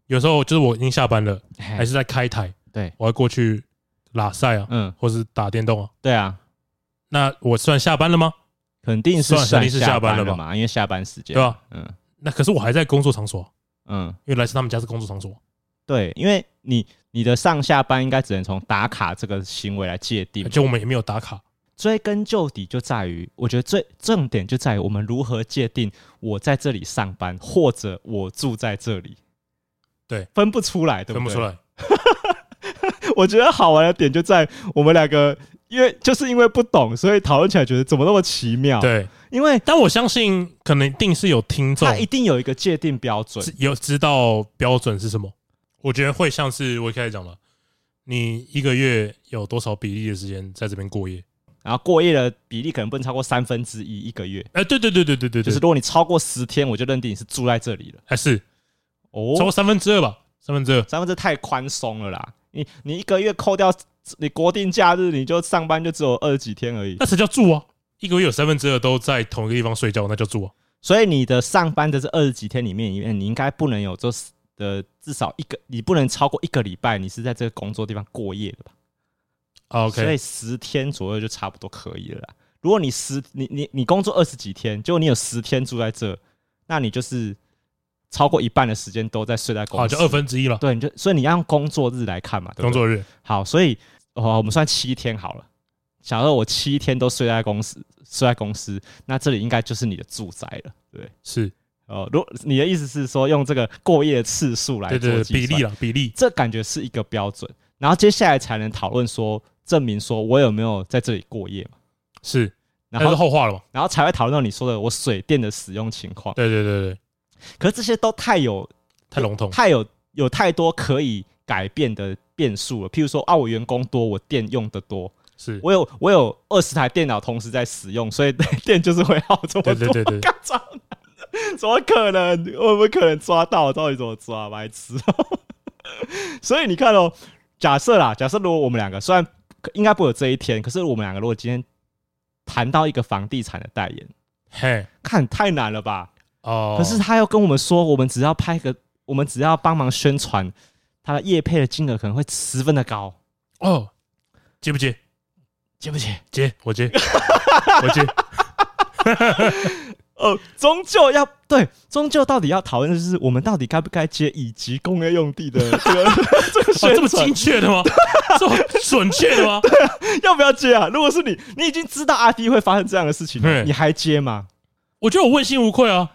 Speaker 1: 有时候就是我已经下班了，
Speaker 2: 还
Speaker 1: 还是在开台，
Speaker 2: 对，
Speaker 1: 我要过去拉赛啊，
Speaker 2: 哎嗯，
Speaker 1: 或是打电动啊。
Speaker 2: 对啊，
Speaker 1: 那我算下班了吗？
Speaker 2: 肯定是
Speaker 1: 算肯定是
Speaker 2: 下
Speaker 1: 下班了
Speaker 2: 了
Speaker 1: 吧
Speaker 2: 嘛，因为下班时间，
Speaker 1: 对啊吧？
Speaker 2: 嗯
Speaker 1: 那可是我还在工作场所啊，
Speaker 2: 嗯。
Speaker 1: 因为莱斯他们家是工作场所啊，
Speaker 2: 对，因为你你的上下班应该只能从打卡这个行为来界定
Speaker 1: 而。且我们也没有打卡。
Speaker 2: 追根究底就在于，我觉得最重点就在于我们如何界定我在这里上班或者我住在这里。
Speaker 1: 对，
Speaker 2: 分不出来，对
Speaker 1: 分
Speaker 2: 不
Speaker 1: 不
Speaker 2: 对？
Speaker 1: 出。来。
Speaker 2: 我觉得好玩的点就在我们两个，因为就是因为不懂，所以讨论起来觉得怎么那么奇妙。，
Speaker 1: 对，
Speaker 2: 因为
Speaker 1: 但我相信可能一定是有听众
Speaker 2: 它一定有一个界定标准。
Speaker 1: 知有知道标准是什么。我觉得会像是我一开始讲了，你一个月有多少比例的时间在这边过夜？
Speaker 2: 然后过夜的比例可能不能超过三分之一一个月，
Speaker 1: 哎、对对对对对对
Speaker 2: 就是
Speaker 1: 对，
Speaker 2: 如果你超过十天，我就认定你是住在这里了。
Speaker 1: 还是
Speaker 2: 哦
Speaker 1: 超过三分之二吧，三分之二。
Speaker 2: 三分之太宽松了啦。你你一个月扣掉你国定假日，你就上班就只有二十几天而已
Speaker 1: 那。才叫住啊！一个月有三分之二都在同一个地方睡觉，那叫住啊！
Speaker 2: 所以你的上班的这二十几天里面，里面你应该不能有这的至少一个，你不能超过一个礼拜，你是在这个工作地方过夜的吧
Speaker 1: 啊
Speaker 2: 所以
Speaker 1: ，OK，
Speaker 2: 十天左右就差不多可以了啦。如果你十你你你工作二十几天，结果你有十天住在这，那你就是超过一半的时间都在睡在公司，
Speaker 1: 好，就二分之一了。
Speaker 2: 对，你就所以你要用工作日来看嘛，对不对
Speaker 1: 工作日
Speaker 2: 好，所以哦，我们算七天好了。假如我七天都睡在公司，睡在公司，那这里应该就是你的住宅了，对不对？
Speaker 1: 是
Speaker 2: 哦，如你的意思是说，用这个过夜的次数来
Speaker 1: 对
Speaker 2: 做
Speaker 1: 对对
Speaker 2: 计算
Speaker 1: 比例，了，比例
Speaker 2: 这感觉是一个标准。然后接下来才能讨论说，证明说我有没有在这里过夜嘛？
Speaker 1: 是，那
Speaker 2: 然
Speaker 1: 是
Speaker 2: 后，
Speaker 1: 后话了嘛？
Speaker 2: 然后才会讨论到你说的我水电的使用情况。
Speaker 1: 对对对对，
Speaker 2: 可是这些都太有
Speaker 1: 太笼统。
Speaker 2: 太有有太多可以改变的变数了。譬如说啊，我员工多，我电用的多，
Speaker 1: 是，
Speaker 2: 我有我有二十台电脑同时在使用，所以 电就是会耗这么多。
Speaker 1: 对对对对
Speaker 2: 干超 难的怎么可能？我不可能抓到，到底怎么抓？白痴！哦 所以你看哦，假设啦，假设如果我们两个虽然应该不会有这一天，可是我们两个如果今天谈到一个房地产的代言，
Speaker 1: 嘿，
Speaker 2: 看太难了吧？
Speaker 1: 哦，
Speaker 2: 可是他又跟我们说，我们只要拍个，我们只要帮忙宣传，他的业配的金额可能会十分的高，
Speaker 1: 哦，接不接？
Speaker 2: 接不接？
Speaker 1: 接，我 接，我接。
Speaker 2: 哦，终究要对，终究到底要讨论的就是我们到底该不该接以及工业用地的 这个这个
Speaker 1: 哦，这
Speaker 2: 宣
Speaker 1: 么
Speaker 2: 传
Speaker 1: 精，确的吗？这么准确的吗？
Speaker 2: 要不要接啊？如果是你，你已经知道阿 D 会发生这样的事情了，
Speaker 1: 对
Speaker 2: 你还接吗？
Speaker 1: 我觉得我问心无愧啊，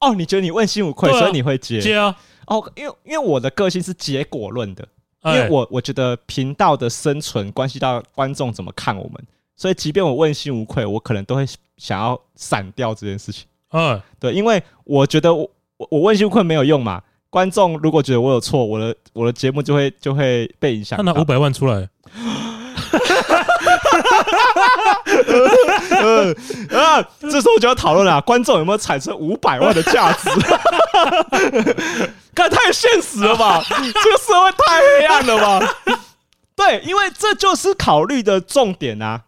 Speaker 2: 哦，你觉得你问心无愧，
Speaker 1: 对啊
Speaker 2: 所以你会接？
Speaker 1: 接啊，
Speaker 2: 哦，因为因为我的个性是结果论的，因
Speaker 1: 哎
Speaker 2: 为我我觉得频道的生存关系到观众怎么看我们，所以即便我问心无愧，我可能都会想要闪掉这件事情。
Speaker 1: 哎
Speaker 2: 对，因为我觉得我我我问心无愧没有用嘛，观众如果觉得我有错，我的我的节目就会就会被影响
Speaker 1: 他拿
Speaker 2: 到
Speaker 1: 五。百万出来，
Speaker 2: 嗯啊，这时候我就要讨论了，啊观众有没有产生五百万的价值？ 看太现实了吧，这个社会太黑暗了吧？ 对，因为这就是考虑的重点啊，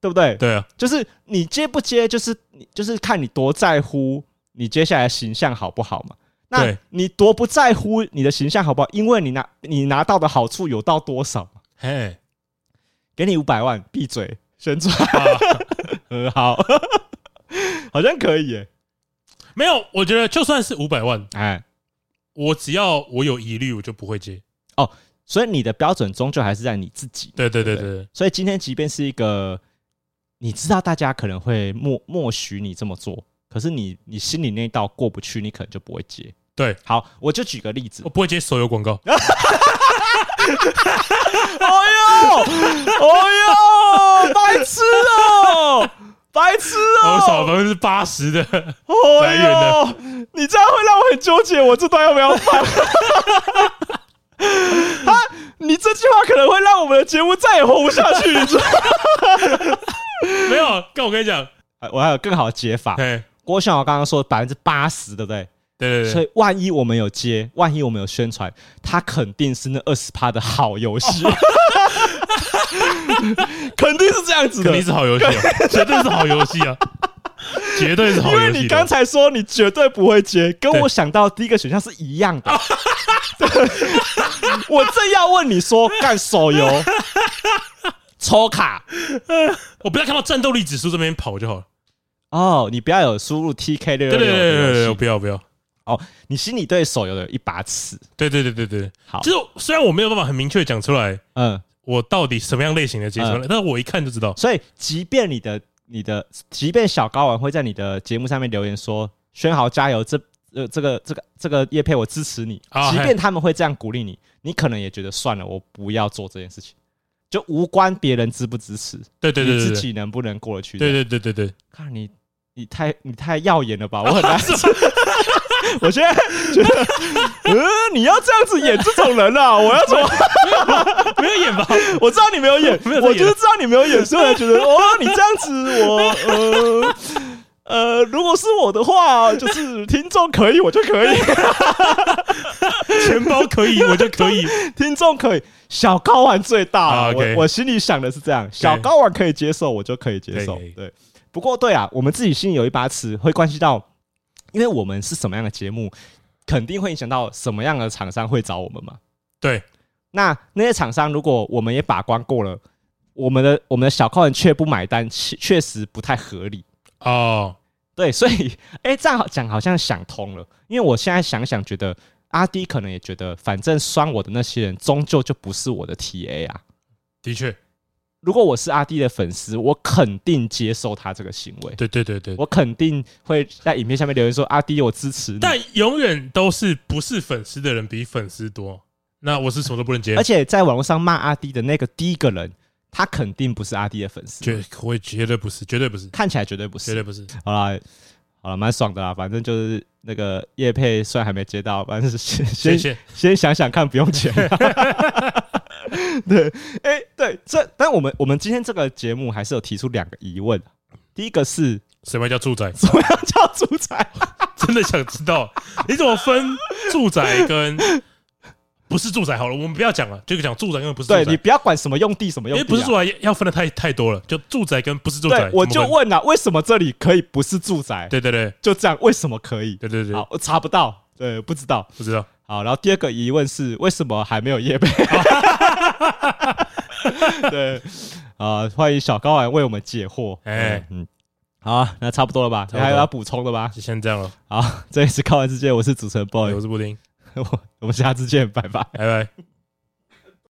Speaker 2: 对不对？
Speaker 1: 对啊，
Speaker 2: 就是你接不接，就是你就是看你多在乎你接下来的形象好不好嘛。那
Speaker 1: 对
Speaker 2: 你多不在乎你的形象好不好？因为你拿你拿到的好处有到多少嘛？
Speaker 1: 嘿，
Speaker 2: 给你五百万，闭嘴，宣传。
Speaker 1: 啊
Speaker 2: 嗯，好， 好像可以耶。
Speaker 1: 没有，我觉得就算是五百万，
Speaker 2: 哎，
Speaker 1: 我只要我有疑虑，我就不会接。
Speaker 2: 所以你的标准终究还是在你自己。
Speaker 1: 对对对对对，
Speaker 2: 所以今天即便是一个，你知道大家可能会默默许你这么做，可是你你心里那一道过不去，你可能就不会接。
Speaker 1: 对
Speaker 2: 好，我就举个例子
Speaker 1: 我。不会接手游广告。
Speaker 2: 哦呦，哦呦，白痴哦，白痴
Speaker 1: 我少
Speaker 2: 哦，
Speaker 1: 百分之八十的，
Speaker 2: 哦
Speaker 1: 来源
Speaker 2: 呦
Speaker 1: 了，
Speaker 2: 你这样会让我很纠结，我这段要不要 放？他，你这句话可能会让我们的节目再也活不下去，你知道吗？
Speaker 1: 没有。跟我跟你讲，
Speaker 2: 哎我还有更好的解法。
Speaker 1: 哎，
Speaker 2: 郭晓刚刚说百分之八十，对不对？
Speaker 1: 对对
Speaker 2: 所
Speaker 1: 对，
Speaker 2: 以万一我们有接，万一我们有宣传，它肯定是那二十趴的好游戏， 肯定是这样子的
Speaker 1: 肯。定是好游戏啊， 绝对是好游戏啊，绝对是好
Speaker 2: 因为
Speaker 1: 游
Speaker 2: 你
Speaker 1: 戏
Speaker 2: 刚
Speaker 1: 的。
Speaker 2: 才说你绝对不会接，跟
Speaker 1: 对
Speaker 2: 我想到第一个选项是一样 的。我正要问你说干手游、抽卡
Speaker 1: 我不要看到战斗力指数这边跑就好了。
Speaker 2: 哦，你不要有输入 TK 六
Speaker 1: 对对
Speaker 2: 六
Speaker 1: 对对对对，
Speaker 2: 六
Speaker 1: 我不要不要。
Speaker 2: 哦，你心里对手游有一把尺。
Speaker 1: 对对对对对，
Speaker 2: 好
Speaker 1: 就是虽然我没有办法很明确讲出来
Speaker 2: 嗯，
Speaker 1: 我到底什么样类型的接触，
Speaker 2: 嗯
Speaker 1: 但是我一看就知道。
Speaker 2: 所以即便你的你的，即便小高玩会在你的节目上面留言说“轩豪加油”，这呃这个这个这个叶佩我支持你
Speaker 1: 啊，
Speaker 2: 即
Speaker 1: 嘿
Speaker 2: 便他们会这样鼓励你，你可能也觉得算了，我不要做这件事情，就无关别人支不支持，
Speaker 1: 对对对
Speaker 2: 你
Speaker 1: 对
Speaker 2: 自
Speaker 1: 对
Speaker 2: 己能不能过得去。
Speaker 1: 对，对对对对，
Speaker 2: 看你你太你太耀眼了吧，我很
Speaker 1: 啊
Speaker 2: 难。 我现在觉得，嗯，你要这样子演这种人啊！我要怎么
Speaker 1: 没有演吧？
Speaker 2: 我知道你没 有演，
Speaker 1: 没有在演
Speaker 2: 我就是知道你没有演，所以我觉 得哦，你这样子，我呃 呃，如果是我的话，就是听众可以，我就可以，
Speaker 1: 钱包可以，我就可以。
Speaker 2: 听众可以，小高玩最大了。
Speaker 1: 啊，OK
Speaker 2: 我我心里想的是这样，小高玩可以接受，我就可以接受
Speaker 1: 可以。
Speaker 2: 对，不过对啊，我们自己心里有一把尺，会关系到，因为我们是什么样的节目，肯定会影响到什么样的厂商会找我们嘛。
Speaker 1: 对，
Speaker 2: 那那些厂商如果我们也把关过了，我们的我们的小客人却不买单，确确实不太合理。
Speaker 1: 哦，
Speaker 2: 对，所以哎、诶这样好讲好像想通了，因为我现在想想觉得啊阿 D 可能也觉得，反正酸我的那些人终究就不是我的 TA 啊。
Speaker 1: 的确，
Speaker 2: 如果我是阿 D 的粉丝，我肯定接受他这个行为，
Speaker 1: 对对对对。
Speaker 2: 我肯定会在影片下面留言说阿 D 我支持你。
Speaker 1: 但永远都是不是粉丝的人比粉丝多。那我是什么都不能接
Speaker 2: 而，且在网络上骂阿 D 的那个第一个人，他肯定不是阿 D 的粉丝，
Speaker 1: 绝我绝对不是，绝对不是，
Speaker 2: 看起来绝对不是
Speaker 1: 绝。对不是。
Speaker 2: 好啦，好了，蛮爽的啦。反正就是那个叶配，虽然还没接到，反正是先
Speaker 1: 谢
Speaker 2: 先
Speaker 1: 谢。
Speaker 2: 先想想看，不 用钱。对，哎、对，这但我们我们今天这个节目还是有提出两个疑问。第一个是
Speaker 1: 什么叫住宅？
Speaker 2: 怎么样叫主
Speaker 1: 哦
Speaker 2: 宰？
Speaker 1: 真的想知道你怎么分住宅跟不是住宅好了，我们不要讲了，就讲住宅跟不是
Speaker 2: 对
Speaker 1: 住
Speaker 2: 你
Speaker 1: 宅，
Speaker 2: 不要管什么用地什么
Speaker 1: 因
Speaker 2: 用
Speaker 1: 为
Speaker 2: 地、啊，
Speaker 1: 不是住宅要分的太太多了，就住宅跟不是住宅
Speaker 2: 对，，我
Speaker 1: 怎
Speaker 2: 就
Speaker 1: 么分
Speaker 2: 问了，啊为什么这里可以不是住宅？
Speaker 1: 对对对
Speaker 2: 就这样，为什么可以？
Speaker 1: 对对对
Speaker 2: 好，，我查不到，对，不知道。
Speaker 1: 不知道，
Speaker 2: 好，然后第二个疑问是，为什么还没 有业配？对，啊、欢迎小高来为我们解惑。
Speaker 1: 哎
Speaker 2: 嗯，嗯好啊、那差不多了吧？
Speaker 1: 差不多
Speaker 2: 你还有要补充的吗？
Speaker 1: 就先这样了，
Speaker 2: 好，这里是高玩世界，我是主持人 boy，
Speaker 1: 我是布丁，
Speaker 2: 我我们下次见，拜拜。
Speaker 1: 拜拜。